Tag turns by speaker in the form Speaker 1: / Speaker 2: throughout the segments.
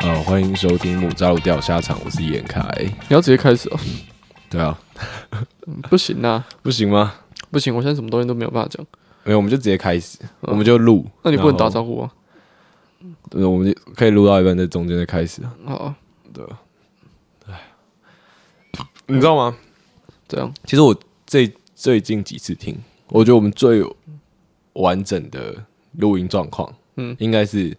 Speaker 1: 呃收听母扎鲁钓虾场，我是严凯。
Speaker 2: 你要直接开始哦、
Speaker 1: 对啊，
Speaker 2: 不行啊，
Speaker 1: 不行吗？
Speaker 2: 不行，我现在什么东西都没有办法讲。
Speaker 1: 没有，我们就直接开始，嗯我们就录。
Speaker 2: 那你不能打
Speaker 1: 呼？
Speaker 2: 招呼啊？
Speaker 1: 对，我们就可以录到一半，在中间再开始。
Speaker 2: 好啊，
Speaker 1: 你知道吗？
Speaker 2: 这样
Speaker 1: 其实我最最近几次听，我觉得我们最完整的录音状况，嗯
Speaker 2: 嗯，
Speaker 1: 应该是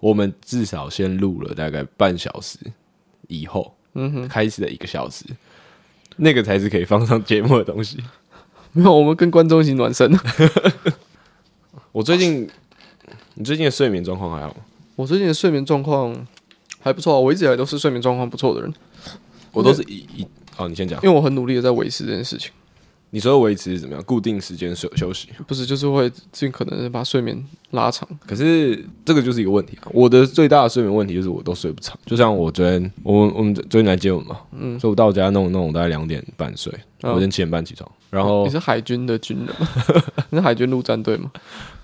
Speaker 1: 我们至少先录了大概半小时以后，嗯
Speaker 2: 嗯
Speaker 1: 哼，开始的一个小时，那个才是可以放上节目的东西。
Speaker 2: 没有，我们跟观众一起暖身。
Speaker 1: 我最近，你最近的睡眠状况还好吗？
Speaker 2: 我最近的睡眠状况还不错啊，我一直以来都是睡眠状况不错的人，
Speaker 1: 哦我都是一一哦，你先讲，
Speaker 2: 因为我很努力的在维持这件事情，
Speaker 1: 你说维持怎么样？固定时间休休息，
Speaker 2: 不是就是会尽可能的把睡眠拉长。
Speaker 1: 可是这个就是一个问题啊。我的最大的睡眠问题就是我都睡不长，就像我昨天，我我们昨天来接我们嘛，嗯，所以我到家弄一弄，我大概两点半睡，
Speaker 2: 嗯
Speaker 1: 我今天七点半起床，然后
Speaker 2: 你是海军的军人吗？ 你是海军陆战队吗？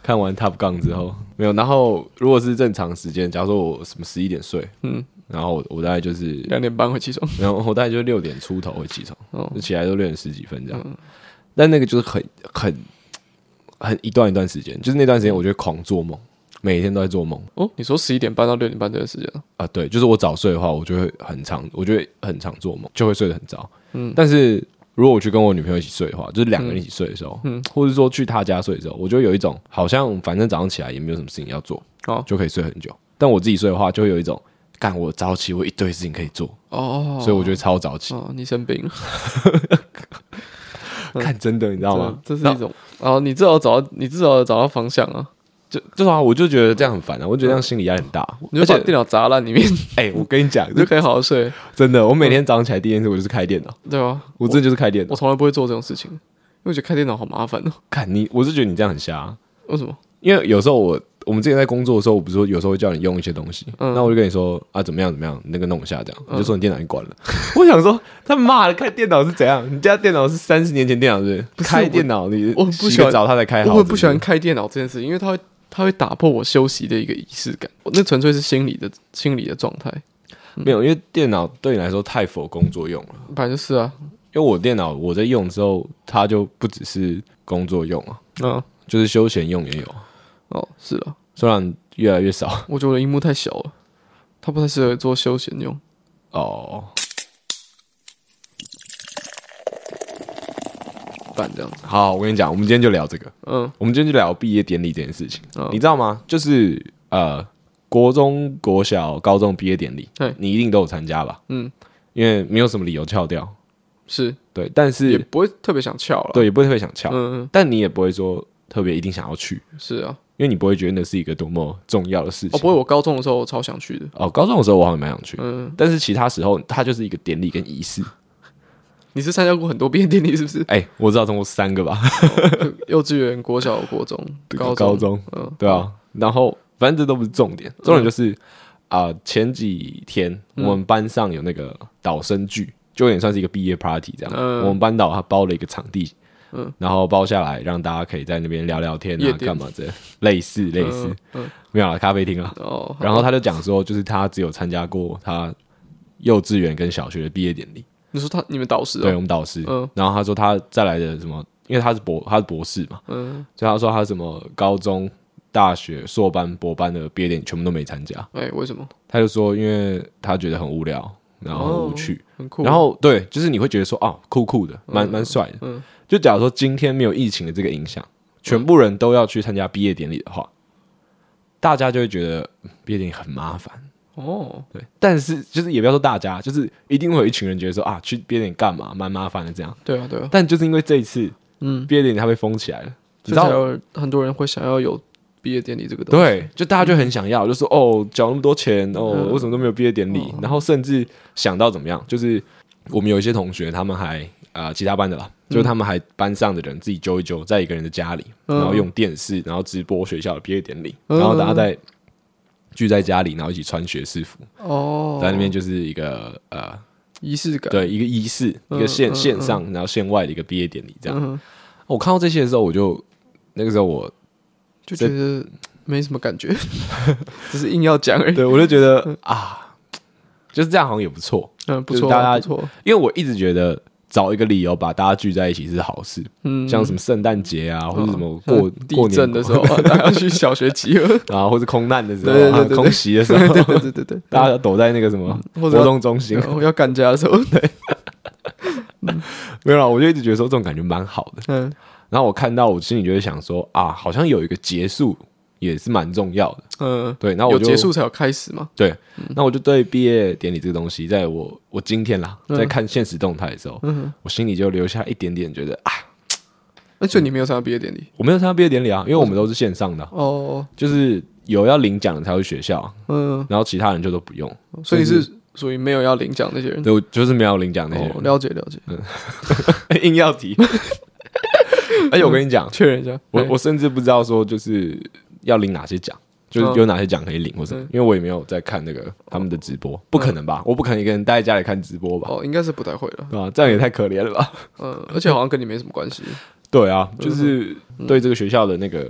Speaker 1: 看完 Top Gun 之后没有，然后如果是正常时间，假如说我什么十一点睡，嗯
Speaker 2: 嗯，
Speaker 1: 然后我我大概就是
Speaker 2: 两点半会起床。
Speaker 1: 然后我大概就六点出头会起床，
Speaker 2: 哦
Speaker 1: 就起来都六点十几分这样。但那个就是很很很一段一段时间，就是那段时间我就会狂做梦，每天都在做梦
Speaker 2: 哦，你说十一点半到六点半这段时间啊？
Speaker 1: 啊。对，就是我早睡的话，我就会很长，我就会很常做梦，就会睡得很早。嗯，但是如果我去跟我女朋友一起睡的话，就是两个人一起睡的时候，嗯，或者说去她家睡的时候，我就会有一种好像反正早上起来也没有什么事情要做，
Speaker 2: 哦
Speaker 1: 就可以睡很久。但我自己睡的话，就会有一种干我早起，我一堆事情可以做，
Speaker 2: 哦，
Speaker 1: 所以我就会超早 起。
Speaker 2: 哦，你生病了，
Speaker 1: 看真的，你知道吗？
Speaker 2: 这这是一种哦，你至少找到，你至少找到方向啊。
Speaker 1: 就就是啊，我就觉得这样很烦啊，我觉得这样心理压力很大。
Speaker 2: 你
Speaker 1: 而
Speaker 2: 就
Speaker 1: 且
Speaker 2: 把，电脑砸烂里面，
Speaker 1: 哎、我跟你讲，
Speaker 2: 你
Speaker 1: 就
Speaker 2: 就可以好好睡，
Speaker 1: 真的，我每天早上起来第一件事我就是开电脑，
Speaker 2: 对吧？
Speaker 1: 我真的就是开电脑
Speaker 2: 我。从来不会做这种事情，因为我觉得开电脑好麻烦哦。
Speaker 1: 看你，我是觉得你这样很瞎啊、
Speaker 2: 为什么？
Speaker 1: 因为有时候我我们之前在工作的时候，我不是说有时候会叫你用一些东西，
Speaker 2: 嗯
Speaker 1: 那我就跟你说啊怎么样怎么样，你那个弄一下这样，你就说你电脑已经关了。嗯 我想说他妈的，开电脑是怎样？你家电脑是三十年前电脑是不是？
Speaker 2: 是
Speaker 1: 开
Speaker 2: 我
Speaker 1: 电脑你
Speaker 2: 我很
Speaker 1: 洗
Speaker 2: 不喜
Speaker 1: 个
Speaker 2: 欢
Speaker 1: 澡他才开好，
Speaker 2: 我很不喜欢
Speaker 1: 是是
Speaker 2: 开电脑这件事情，因为它会它会打破我休息的一个仪式感，我那纯粹是心理的心理的状态，
Speaker 1: 没有，因为电脑对你来说太否工作用了。
Speaker 2: 本来就是啊，
Speaker 1: 因为我电脑我在用之后，它就不只是工作用啊，
Speaker 2: 嗯，
Speaker 1: 就是休闲用也有，
Speaker 2: 哦，是啊，
Speaker 1: 虽然越来越少
Speaker 2: 我觉得我的荧幕太小了，它不太适合做休闲用。
Speaker 1: 哦。
Speaker 2: 办这样子，
Speaker 1: 好，我跟你讲，我们今天就聊这个，
Speaker 2: 嗯，
Speaker 1: 我们今天就聊毕业典礼这件事情，
Speaker 2: 嗯
Speaker 1: 你知道吗？就是呃，国中、国小、高中毕业典礼
Speaker 2: 对，
Speaker 1: 你一定都有参加吧？
Speaker 2: 嗯，
Speaker 1: 因为没有什么理由翘掉，
Speaker 2: 是，
Speaker 1: 对，但
Speaker 2: 也
Speaker 1: 是
Speaker 2: 不会特别想翘了，
Speaker 1: 对也不会特别想翘，
Speaker 2: 嗯，嗯，
Speaker 1: 但你也不会说特别一定想要去，
Speaker 2: 是啊，
Speaker 1: 因为你不会觉得那是一个多么重要的事
Speaker 2: 哦，
Speaker 1: 情。
Speaker 2: 不会，我高中的时候我超想去的，
Speaker 1: 哦，高中的时候我好像蛮想去，
Speaker 2: 嗯，
Speaker 1: 但是其他时候它就是一个典礼跟仪式。
Speaker 2: 你是参加过很多毕业典礼是不是？
Speaker 1: 哎、我知道总共三个吧，
Speaker 2: 幼稚园、国小、国中、高
Speaker 1: 高
Speaker 2: 中，
Speaker 1: 中，
Speaker 2: 嗯，
Speaker 1: 对啊。然后反正这都不是重点，重点就是啊、前几天
Speaker 2: 嗯
Speaker 1: 我们班上有那个导生剧，就有点算是一个毕业 party 这样。
Speaker 2: 嗯
Speaker 1: 我们班导他包了一个场地，
Speaker 2: 嗯
Speaker 1: 然后包下来让大家可以在那边聊聊天
Speaker 2: 夜
Speaker 1: 啊，
Speaker 2: 店
Speaker 1: 干嘛这类似类似，
Speaker 2: 嗯，嗯，
Speaker 1: 没有啦，咖啡厅啊。
Speaker 2: 哦，
Speaker 1: 然后他就讲说，就是他只有参加过他幼稚园跟小学的毕业典礼，
Speaker 2: 你说他你们导师
Speaker 1: 对
Speaker 2: 哦，
Speaker 1: 我们导师。
Speaker 2: 嗯
Speaker 1: 然后他说他再来的什么，因为他是博他是博士嘛，
Speaker 2: 嗯，
Speaker 1: 所以他说他什么高中、大学、硕班、博班的毕业典礼全部都没参加。
Speaker 2: 哎，为什么？
Speaker 1: 他就说，因为他觉得很无聊，然后很无趣，
Speaker 2: 很哦酷，
Speaker 1: 然后对，就是你会觉得说，哦，酷酷的，蛮蛮帅的。
Speaker 2: 嗯
Speaker 1: 就假如说今天没有疫情的这个影响，全部人都要去参加毕业典礼的话，大家就会觉得嗯毕业典礼很麻烦。
Speaker 2: 哦，
Speaker 1: 对，但是就是也不要说大家，就是一定会有一群人觉得说啊，去毕业典礼干嘛，蛮麻烦的这样。
Speaker 2: 对啊，对啊，
Speaker 1: 但就是因为这一次
Speaker 2: 嗯，
Speaker 1: 毕业典礼它被封起来了，你知
Speaker 2: 所以才
Speaker 1: 道
Speaker 2: 有很多人会想要有毕业典礼这个东西。
Speaker 1: 对，就大家就很想要，就说哦，缴那么多钱，哦，
Speaker 2: 嗯哦
Speaker 1: 为什么都没有毕业典礼？然后甚至想到怎么样，就是我们有一些同学，他们还啊、呃其他班的啦，就是他们还班上的人自己揪一揪，在一个人的家里，
Speaker 2: 嗯
Speaker 1: 然后用电视，然后直播学校的毕业典礼，然后大家在聚在家里，然后一起穿学士服，
Speaker 2: 哦，
Speaker 1: 在那边就是一个呃，
Speaker 2: 仪式感。
Speaker 1: 对，一个仪式，一个线
Speaker 2: 啊嗯嗯
Speaker 1: 线上，然后线外的一个毕业典礼这样。
Speaker 2: 嗯，
Speaker 1: 我看到这些的时候，我就那个时候我
Speaker 2: 就觉 得没什么感觉，只是硬要讲而已。
Speaker 1: 对，我就觉得啊，就是这样好像也不错。
Speaker 2: 嗯，不
Speaker 1: 就是
Speaker 2: 错
Speaker 1: 大
Speaker 2: 啊，
Speaker 1: 家
Speaker 2: 不错，
Speaker 1: 因为我一直觉得找一个理由把大家聚在一起是好事，
Speaker 2: 嗯，
Speaker 1: 像什么圣诞节啊，或者什么
Speaker 2: 嗯
Speaker 1: 过过
Speaker 2: 地
Speaker 1: 年
Speaker 2: 震的时候，啊 大家要去小学 集合，
Speaker 1: 啊，或者空难的时候，
Speaker 2: 对对对
Speaker 1: 啊
Speaker 2: 对对
Speaker 1: 空袭的时
Speaker 2: 对 对
Speaker 1: 候，
Speaker 2: 对对对
Speaker 1: 大
Speaker 2: 对，
Speaker 1: 家躲在那个什么
Speaker 2: 嗯或
Speaker 1: 活
Speaker 2: 者要
Speaker 1: 动中心，
Speaker 2: 然后要干架的时候，
Speaker 1: 没有啦，我就一直觉得说这种感觉蛮好的。
Speaker 2: 嗯，
Speaker 1: 然后我看到，我心里就会想说啊，好像有一个结束也是蛮重要的。
Speaker 2: 嗯，
Speaker 1: 对，那我
Speaker 2: 有
Speaker 1: 就
Speaker 2: 结束才有开始嘛。
Speaker 1: 对，那我就对毕业典礼这个东西，在我我今天啦，
Speaker 2: 嗯
Speaker 1: 在看现实动态的时候，我心里就留下一点点觉得啊，
Speaker 2: 那哎所以你没有参加毕业典礼
Speaker 1: 我没有参加毕业典礼啊，因为我们都是线上的啊，
Speaker 2: 哦，
Speaker 1: 就是有要领奖的才会学校啊，
Speaker 2: 嗯，
Speaker 1: 然后其他人就都不用。
Speaker 2: 所以是属于没有要领奖那些人。
Speaker 1: 对，我就是没有领奖那些
Speaker 2: 嗯哦，
Speaker 1: 人，
Speaker 2: 了解了解，
Speaker 1: 硬要 提。而且我跟你讲，
Speaker 2: 确认一下。
Speaker 1: 我
Speaker 2: 哎
Speaker 1: 我甚至不知道说就是要领哪些奖，就是
Speaker 2: 嗯
Speaker 1: 有哪些奖可以领或什么
Speaker 2: 嗯，
Speaker 1: 因为我也没有在看那个他们的直播，不可能吧？我不可能一个人待在家里看直播吧？
Speaker 2: 哦，应该是不太会了。
Speaker 1: 对吧？这样也太可怜了吧？
Speaker 2: 嗯，而且好像跟你没什么关系。
Speaker 1: 对啊，
Speaker 2: 嗯
Speaker 1: 就是对这个学校的那个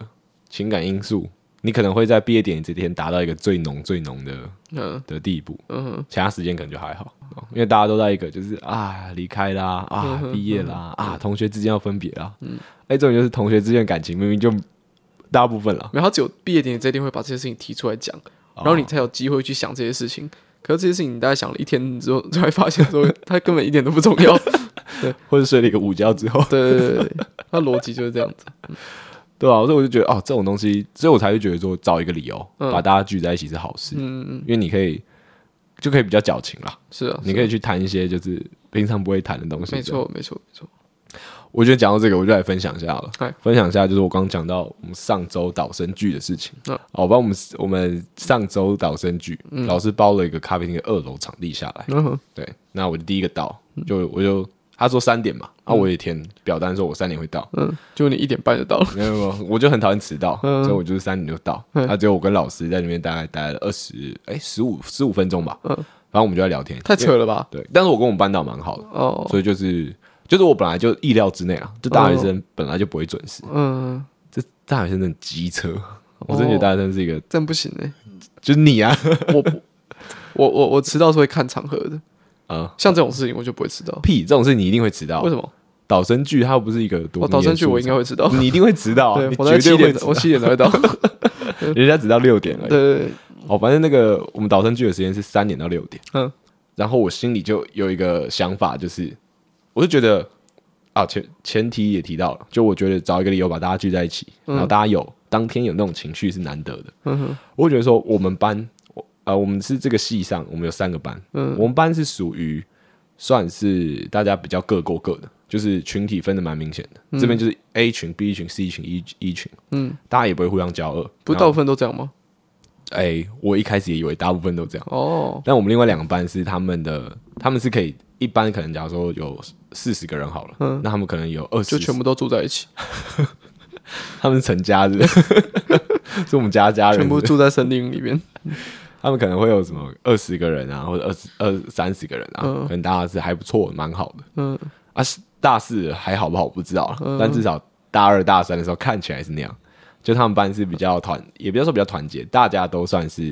Speaker 1: 情感因素，你可能会在毕业典礼这天达到一个最浓最浓的
Speaker 2: 嗯
Speaker 1: 的地步，
Speaker 2: 嗯
Speaker 1: 其他时间可能就还好，哦因为大家都在一个就是啊离开啦，
Speaker 2: 嗯
Speaker 1: 啊毕业啦，啊同学之间要分别啦，嗯，哎，这种就是同学之间的感情明明就大部分了
Speaker 2: 哼，，没有，他只有毕业典礼这一天会把这些事情提出来讲，然后你才有机会去想这些事情。可是这些事情你大概想了一天之后，才发现 说它根本一点都不重要。
Speaker 1: 或者睡了一个午觉之后，
Speaker 2: 对对对对，它逻辑就是这样子。
Speaker 1: 对啊，所以我就觉得哦，这种东西，所以我才会觉得说找一个理由
Speaker 2: 嗯
Speaker 1: 把大家聚在一起是好事，
Speaker 2: 嗯，嗯
Speaker 1: 因为你可以就可以比较矫情啦，
Speaker 2: 是啊，
Speaker 1: 你可以去谈一些就是平常不会谈的东西，
Speaker 2: 没错没错没错。
Speaker 1: 我觉得讲到这个，我就来分享一下好了
Speaker 2: 嗨。
Speaker 1: 分享一下，就是我刚刚讲到我们上周导生剧的事情。
Speaker 2: 嗯
Speaker 1: 好，我帮我们我们上周导生剧，老师包了一个咖啡厅的二楼场地下来。
Speaker 2: 嗯哼，
Speaker 1: 对，那我就第一个到，就我就他说三点嘛，啊，我也填表单说我三点会到，
Speaker 2: 嗯，就你一点半就到了。
Speaker 1: 没有没有，我就很讨厌迟到，
Speaker 2: 嗯
Speaker 1: 所以我就是三点就到。啊，只有我跟老师在那边大概待了二十哎十五十五分钟吧，
Speaker 2: 嗯
Speaker 1: 反正我们就在聊天。
Speaker 2: 太扯了吧？
Speaker 1: 对，但是我跟我们班导蛮好的，
Speaker 2: 哦，
Speaker 1: 所以就是就是我本来就意料之内啊，就大学生本来就不会准时。
Speaker 2: 嗯，哦
Speaker 1: 这大学生真的机车，我真的觉得大学生是一个，
Speaker 2: 这样不行哎、
Speaker 1: 就是你啊，
Speaker 2: 我不，我我我迟到是会看场合的，
Speaker 1: 啊
Speaker 2: 像这种事情我就不会迟到。
Speaker 1: 屁，这种事你一定会迟到啊
Speaker 2: 为。什么？
Speaker 1: 导生剧它又不是一个多，
Speaker 2: 我早上去我应该
Speaker 1: 会，
Speaker 2: 会迟到。
Speaker 1: 你一定会迟到啊，
Speaker 2: 对
Speaker 1: 你，
Speaker 2: 我在
Speaker 1: 绝对
Speaker 2: 七
Speaker 1: 会
Speaker 2: 点
Speaker 1: 迟，
Speaker 2: 我
Speaker 1: 到，
Speaker 2: 七点才会到。
Speaker 1: 人家只到六点而
Speaker 2: 对
Speaker 1: 已。
Speaker 2: 对对，
Speaker 1: 哦，反正那个我们导生剧的时间是三点到六点，
Speaker 2: 嗯
Speaker 1: 然后我心里就有一个想法，就是我就觉得啊，前前提也提到了，就我觉得找一个理由把大家聚在一起，然后大家有当天有那种情绪是难得的。
Speaker 2: 嗯哼，
Speaker 1: 我会觉得说我们班，我呃，我们是这个系上，我们有三个班，
Speaker 2: 嗯
Speaker 1: 我们班是属于算是大家比较各过各的，就是群体分的蛮明显的。这边就是 A 群、B 群、C 群、E E 群，
Speaker 2: 嗯，
Speaker 1: 大家也不会互相交恶。
Speaker 2: 不是
Speaker 1: 然后
Speaker 2: 大部分都这样吗？
Speaker 1: 哎、我一开始也以为大部分都这样，
Speaker 2: 哦，
Speaker 1: 但我们另外两个班是他们的，他们是可以一般可能假如说有四十个人好了，嗯，那他们可能有二十
Speaker 2: 就，全部都住在一起，
Speaker 1: 他们是成家是不是， 是我们家家人
Speaker 2: 全
Speaker 1: 是不
Speaker 2: 部
Speaker 1: 是
Speaker 2: 住在森林里面。
Speaker 1: 他们可能会有什么二十个人啊，或者二十二三十个人啊，可能大家是还不错，蛮好的
Speaker 2: 嗯
Speaker 1: 啊。是大四还好不好不知道了，但至少大二大三的时候看起来是那样。就他们班是比较团，也不要说比较团结，大家都算是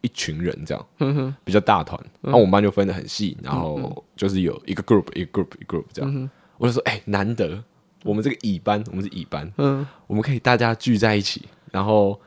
Speaker 1: 一群人这样，
Speaker 2: 嗯哼嗯哼，
Speaker 1: 比较大团。那、我们班就分得很细，然后就是有一个 group 一个 group 一个 group 这
Speaker 2: 嗯
Speaker 1: 样。我就说，哎、难得我们这个乙班，我们是乙班，
Speaker 2: 嗯，
Speaker 1: 我们可以大家聚在一起，然后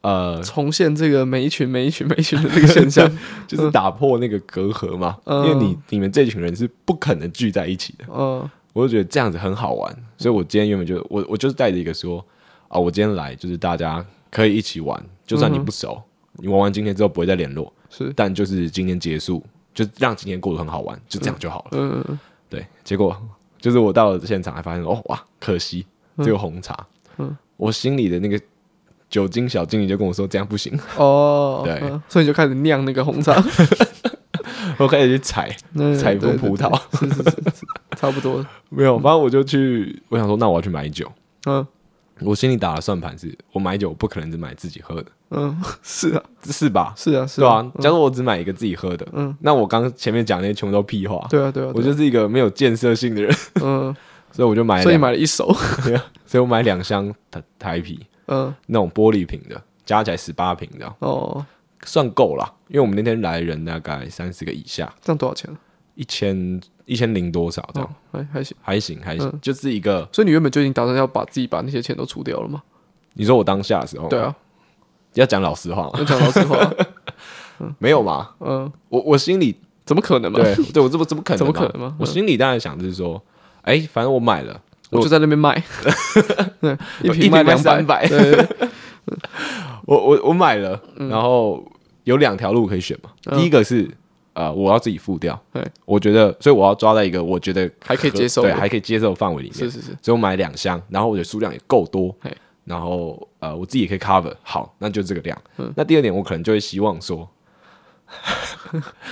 Speaker 1: 呃，
Speaker 2: 重现这个每一群每一群每一群的这个 现象。
Speaker 1: 就是打破那个隔阂嘛，
Speaker 2: 嗯
Speaker 1: 因为你你们这群人是不可能聚在一起的，
Speaker 2: 嗯
Speaker 1: 我就觉得这样子很好玩，所以我今天原本就我我就是带着一个说啊，我今天来就是大家可以一起玩，就算你不熟，你玩完今天之后不会再联络，
Speaker 2: 嗯是
Speaker 1: 但就是今天结束，就让今天过得很好玩，就这样就好了。
Speaker 2: 嗯嗯
Speaker 1: 对，结果就是我到了现场还发现哦哇，可惜这个红茶，
Speaker 2: 嗯
Speaker 1: 我心里的那个酒精小精灵就跟我说这样不行，
Speaker 2: 哦，
Speaker 1: 对
Speaker 2: 嗯，所以你就开始酿那个 红茶，
Speaker 1: 我开始去采
Speaker 2: 嗯
Speaker 1: 采风葡，萄。
Speaker 2: 对对对是是是是，差不多的。
Speaker 1: 没有，反正我就去，我想说，那我要去买酒。
Speaker 2: 嗯
Speaker 1: 我心里打的算盘是，我买酒不可能只买自己喝的，
Speaker 2: 嗯，是啊
Speaker 1: 是吧？
Speaker 2: 是啊是
Speaker 1: 对啊，假如我只买一个自己喝的，
Speaker 2: 嗯
Speaker 1: 那我刚前面讲那些全部都屁话，
Speaker 2: 对啊对啊，
Speaker 1: 我
Speaker 2: 对啊
Speaker 1: 就是一个没有建设性的人，
Speaker 2: 嗯，
Speaker 1: 所以我就买
Speaker 2: 所以
Speaker 1: 两，
Speaker 2: 买了一手，
Speaker 1: 所以我买两箱台台啤
Speaker 2: 嗯
Speaker 1: 那种玻璃瓶的，加起来十八瓶这样，
Speaker 2: 哦，
Speaker 1: 算够了，因为我们那天来人大概三十个以下，
Speaker 2: 这样多少钱啊？
Speaker 1: 一千一千零多少这样，
Speaker 2: 哦，还还行。
Speaker 1: 还行还行，
Speaker 2: 嗯
Speaker 1: 就是一个
Speaker 2: 所以你原本就已经打算要把自己把那些钱都出掉了吗？
Speaker 1: 你说我当下的时候，
Speaker 2: 对，啊，
Speaker 1: 要讲老实话吗？
Speaker 2: 那讲老实 话，
Speaker 1: 没有嘛，
Speaker 2: 嗯，
Speaker 1: 我我心里
Speaker 2: 怎么可能嘛？
Speaker 1: 对 对，我怎么怎么可能？
Speaker 2: 怎么可能嘛
Speaker 1: 我心里当然想就是说，哎，反正我买了，
Speaker 2: 我就在那 边卖，对一
Speaker 1: 一瓶
Speaker 2: 瓶卖
Speaker 1: 卖
Speaker 2: 两
Speaker 1: 300
Speaker 2: 对对对
Speaker 1: 我我我买了，然后有两条路可以选嘛。
Speaker 2: 嗯
Speaker 1: 第一个是呃，我要自己付掉
Speaker 2: 对，
Speaker 1: 我觉得，所以我要抓在一个我觉得
Speaker 2: 还可以
Speaker 1: 合
Speaker 2: 接受
Speaker 1: 对，
Speaker 2: 的
Speaker 1: 还可以接受的范围里面。
Speaker 2: 是是是，
Speaker 1: 所以我买两箱，然后我的数量也够多
Speaker 2: 嘿，
Speaker 1: 然后呃，我自己也可以 cover。好，那就这个量。
Speaker 2: 嗯
Speaker 1: 那第二点，我可能就会希望说，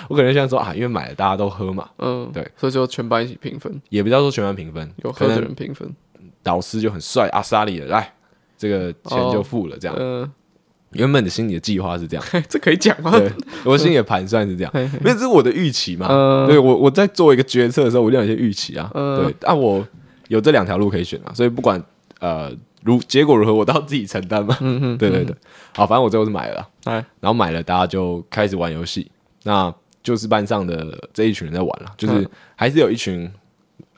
Speaker 1: 我可能想说啊，因为买了大家都喝嘛，
Speaker 2: 嗯，
Speaker 1: 对，
Speaker 2: 所以就全班一起平分，
Speaker 1: 也不叫说全班平分，
Speaker 2: 有
Speaker 1: 可
Speaker 2: 喝的
Speaker 1: 能
Speaker 2: 人平分，
Speaker 1: 导师就很帅阿萨里的来，这个钱就付了这样。
Speaker 2: 嗯，
Speaker 1: 原本的心里的计划是 这样。
Speaker 2: 嘿呃这可以讲吗？
Speaker 1: 对，我心里的盘算是这样，
Speaker 2: 嘿
Speaker 1: 因为这是我的预期嘛。
Speaker 2: 嗯
Speaker 1: 对我我在做一个决策的时候，我一定要有一些预期啊。
Speaker 2: 嗯
Speaker 1: 对，但我有这两条路可以选啊，所以不管呃如结果如何，我都要自己承担嘛。
Speaker 2: 嗯嗯，
Speaker 1: 对对对，好，反正我最后是买了啦，
Speaker 2: 哎，
Speaker 1: 然后买了大家就开始玩游戏，那就是班上的这一群人在玩了，就是
Speaker 2: 嗯
Speaker 1: 还是有一群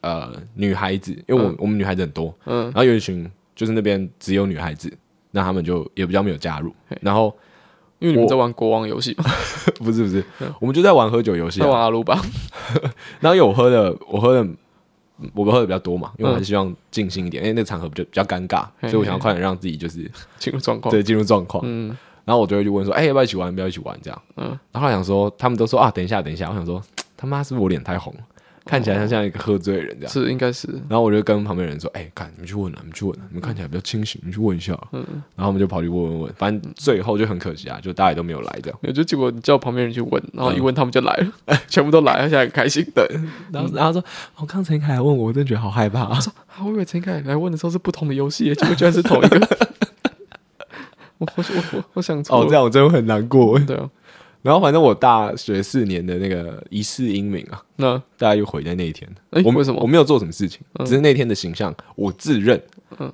Speaker 1: 呃女孩子，因为我、
Speaker 2: 嗯
Speaker 1: 我们女孩子很多，
Speaker 2: 嗯
Speaker 1: 然后有一群就是那边只有女孩子，那他们就也比较没有加入
Speaker 2: 嘿，
Speaker 1: 然后
Speaker 2: 因为你们
Speaker 1: 我
Speaker 2: 在玩国王游戏嘛，
Speaker 1: 不是不是，我们就在玩喝酒游戏、
Speaker 2: 嗯在
Speaker 1: 啊，
Speaker 2: 玩阿鲁 巴，
Speaker 1: 然后因为我喝的，我喝的，我喝的比较多嘛，因为我还是希望尽兴一点，因为那个场合比较比较尴尬，
Speaker 2: 嗯嘿
Speaker 1: 所
Speaker 2: 哦
Speaker 1: 以我想要快点让自己就是
Speaker 2: 进入状况，
Speaker 1: 对进入状况。
Speaker 2: 嗯，
Speaker 1: 然后我就会去问说，哎、要不要一起玩？要不要一起玩？这样。
Speaker 2: 嗯
Speaker 1: 然后后来想说，他们都说啊，等一下，等一下。我想说，嘖他妈是不是我脸太红，看起来像像一个喝醉的人这样。
Speaker 2: 哦是应该是，
Speaker 1: 然后我就跟旁边人说，哎、看你们去问了，你们去问了，啊你们看起来比较清醒，你们去问一下。啊
Speaker 2: 嗯
Speaker 1: 然后我们就跑去问问问，反正最后就很可惜啊，就大家也都没有来这样。
Speaker 2: 我就结果你叫旁边人去问，然后一问他们就来了，
Speaker 1: 哎
Speaker 2: 全部都来，而且很开心。对，
Speaker 1: 然后然后说，我刚才凯来问我，我真的觉得好害怕、啊。
Speaker 2: 啊，我以为陈凯来问的时候是不同的游戏耶，结果居然是同一个。 我我我我我想错
Speaker 1: 哦，
Speaker 2: 了，
Speaker 1: 这样我真的会很难过。
Speaker 2: 对啊，
Speaker 1: 然后反正我大学四年的那个一世英名啊，
Speaker 2: 那
Speaker 1: 大概就毁在那一天。
Speaker 2: 诶
Speaker 1: 我没
Speaker 2: 哎为什么嗯
Speaker 1: 我没有做什么事情，只是那天的形象，我自认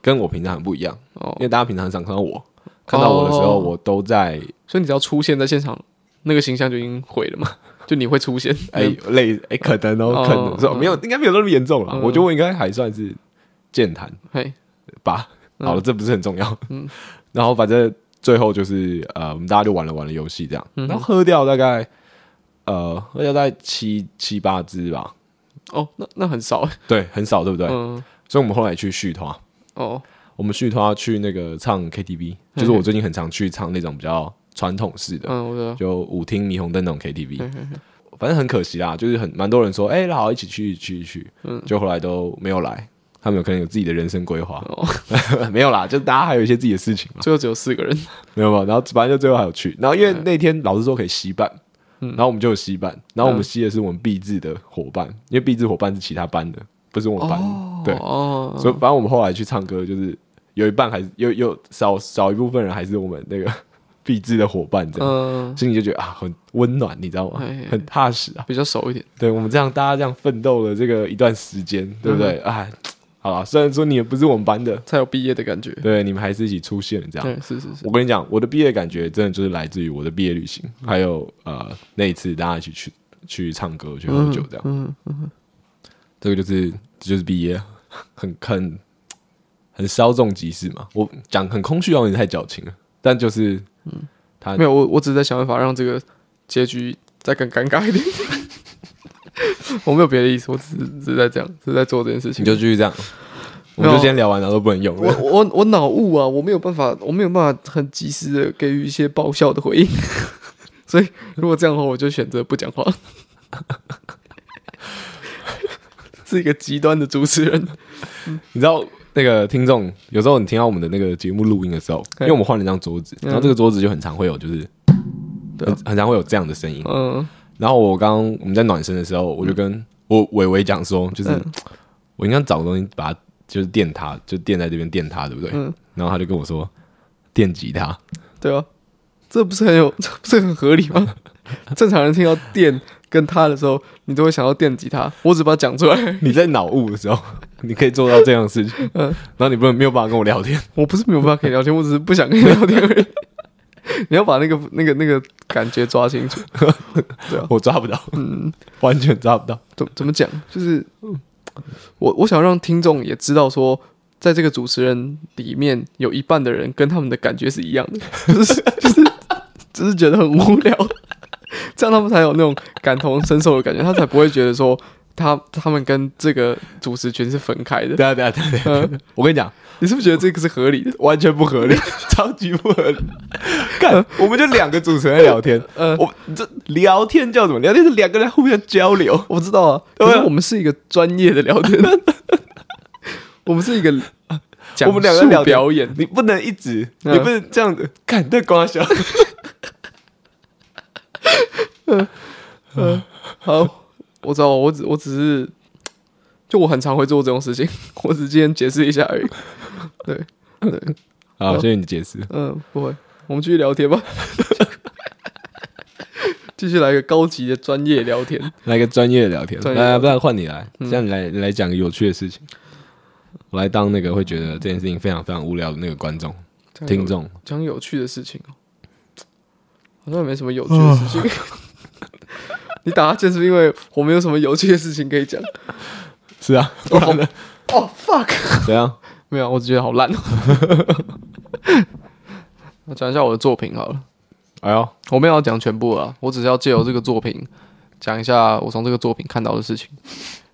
Speaker 1: 跟我平常很不一样，
Speaker 2: 哦
Speaker 1: 因，为大家平常常看到我，看到我的时候，
Speaker 2: 哦
Speaker 1: 我都在
Speaker 2: 所以你只要出现在现场，那个形象就已经毁了嘛，就你会出现，
Speaker 1: 哎类哎可能哦
Speaker 2: 哦
Speaker 1: 可能说没有，应该没有那么严重啦。
Speaker 2: 嗯
Speaker 1: 我觉得我应该还算是健谈
Speaker 2: 嘿，
Speaker 1: 吧。
Speaker 2: 嗯
Speaker 1: 好了，这不是很重要。然后反正最后就是呃，我们大家就玩了玩了游戏这样，
Speaker 2: 嗯
Speaker 1: 然后喝掉大概呃喝掉大概七七八支吧，
Speaker 2: 哦，那那很少，
Speaker 1: 对，很少对不对？
Speaker 2: 嗯，
Speaker 1: 所以我们后来去续团，
Speaker 2: 哦，
Speaker 1: 我们续团去那个唱 KTV，就是
Speaker 2: 嗯
Speaker 1: 我最近很常去唱那种比较传统式的，
Speaker 2: 嗯，我嗯知道，
Speaker 1: 就舞厅、霓虹灯那种 KTV
Speaker 2: 嘿。嘿嘿
Speaker 1: 反正很可惜啦，就是很蛮多人说，哎、那好，一起去，一起去，一起去，
Speaker 2: 嗯
Speaker 1: 就后来都没有来。他们有可能有自己的人生规划，
Speaker 2: 哦，
Speaker 1: 没有啦，就大家还有一些自己的事情嘛，
Speaker 2: 最后只有四个人，
Speaker 1: 没有吧？然后反正就最后还有去，然后因
Speaker 2: 嗯
Speaker 1: 为那天老师说可以吸办，然后我们就有吸办，然
Speaker 2: 嗯
Speaker 1: 后我们吸的是我们毕制的伙伴，因为毕制伙伴是其他班的，不是我们班的，对，
Speaker 2: 哦，
Speaker 1: 所以反正我们后来去唱歌，就是有一半还是有有少少一部分人还是我们那个 必知的伙伴，这样、
Speaker 2: 嗯，
Speaker 1: 心里就觉得啊很温暖，你知道吗
Speaker 2: 哎哎哎？
Speaker 1: 很踏实啊。
Speaker 2: 比较熟一点，
Speaker 1: 对我们这样大家这样奋斗了这个一段时间，对不对？哎、好了，虽然说你也不是我们班的，
Speaker 2: 才有毕业的感觉，
Speaker 1: 对，你们还是一起出现了这样。
Speaker 2: 对，是是是，
Speaker 1: 我跟你讲，我的毕业感觉真的就是来自于我的毕业旅行，还有呃那一次大家一起去去唱歌、去喝酒这样。
Speaker 2: 嗯，
Speaker 1: 这个就是这就是毕业，很很很稍纵即逝嘛。我讲很空虚，有点太矫情了，但就是他
Speaker 2: 没有，我我只是在想办法让这个结局再更尴尬一点。 我没有别的意思，我只是只是在这样，只是在做这件事
Speaker 1: 你
Speaker 2: 情。
Speaker 1: 就继续这样，我
Speaker 2: 没
Speaker 1: 们
Speaker 2: 有
Speaker 1: 就今天聊完了都不能用
Speaker 2: 我
Speaker 1: 了。
Speaker 2: 我我脑雾啊，我没有办法，我没有办法很及时的给予一些爆笑的回应。 所以如果这样的话，我就选择不讲话。 是一个极端的主持人，
Speaker 1: 你知道那个听众，有时候你听到我们的那个节目录音的时候，因
Speaker 2: 对
Speaker 1: 为我们换了一张桌子，然后这个桌子就很常会有就是。
Speaker 2: 对
Speaker 1: 很
Speaker 2: 啊
Speaker 1: 很常会有这样的声音。
Speaker 2: 嗯，
Speaker 1: 然后我刚我们在暖身的时候，我就跟我伟伟讲说，就是
Speaker 2: 嗯
Speaker 1: 我应该找个东西把它就是电它，就电在这边电它，对不对？
Speaker 2: 嗯
Speaker 1: 然后他就跟我说电吉他，
Speaker 2: 对啊，这不是很有，这 不是很合理吗？ 正常人听到电跟他的时候，你都会想到电吉他，我只把它讲出来。
Speaker 1: 你在脑雾的时候， 你可以做到这样的事情，
Speaker 2: 嗯
Speaker 1: 然后你不能没有办法跟我聊天，
Speaker 2: 我不是没有办法跟你聊天，我只是不想跟你聊天而已。 你要把那个那个那个感觉抓清楚。
Speaker 1: 我抓 不到，
Speaker 2: 嗯
Speaker 1: 完全抓不到。
Speaker 2: 怎怎么讲？就是我我想让听众也知道说，在这个主持人里面有一半的人跟他们的感觉是一样的， 就是就是只是觉得很无聊， 这样他们才有那种感同身受的感觉，他才不会觉得说他他们跟这个主持群是分开的。
Speaker 1: 对啊，对啊，对啊，对啊
Speaker 2: 嗯
Speaker 1: 对啊！ 我跟你讲，
Speaker 2: 你是不是觉得这个是合理的？
Speaker 1: 完全不合理， 超级不 合理。看，我们就两个主持人在聊天，
Speaker 2: 呃
Speaker 1: 我这聊天叫什么？聊天是两个人互相交流。
Speaker 2: 我知道啊，
Speaker 1: 对啊
Speaker 2: 可是我们是一个专业的聊天， 我们是一个 讲
Speaker 1: 我们两个聊
Speaker 2: 述
Speaker 1: 天
Speaker 2: 表演，
Speaker 1: 你不能一直，
Speaker 2: 嗯
Speaker 1: 你不能这样子，看太光笑。
Speaker 2: 好，我知道，我只我只是，就我很常会做这种事情， 我只是今天解释一下而已。对，
Speaker 1: 好，谢谢你的解释。
Speaker 2: 嗯，不会，我们继续聊天吧。 继续来个高级的专业聊天。
Speaker 1: 来个专业的嗯聊天，
Speaker 2: 专业的
Speaker 1: 来，不然换你来，这样你来来讲个有趣的事情。我来当那个会觉得这件事情非常非常无聊的那个观众、听众。
Speaker 2: 讲有趣的事情哦，好像也没什么有趣的事情。 你打哈欠是不是因为我没有什么有趣的事情可以讲？
Speaker 1: 是啊，不然呢？啊
Speaker 2: 哦、fuck，
Speaker 1: 怎样？
Speaker 2: 没有，我只觉得好烂哦。 我讲一下我的作品好了。
Speaker 1: 哎呦，
Speaker 2: 我没有要讲全部啊，我只是要借由这个作品讲一下我从这个作品看到的事情。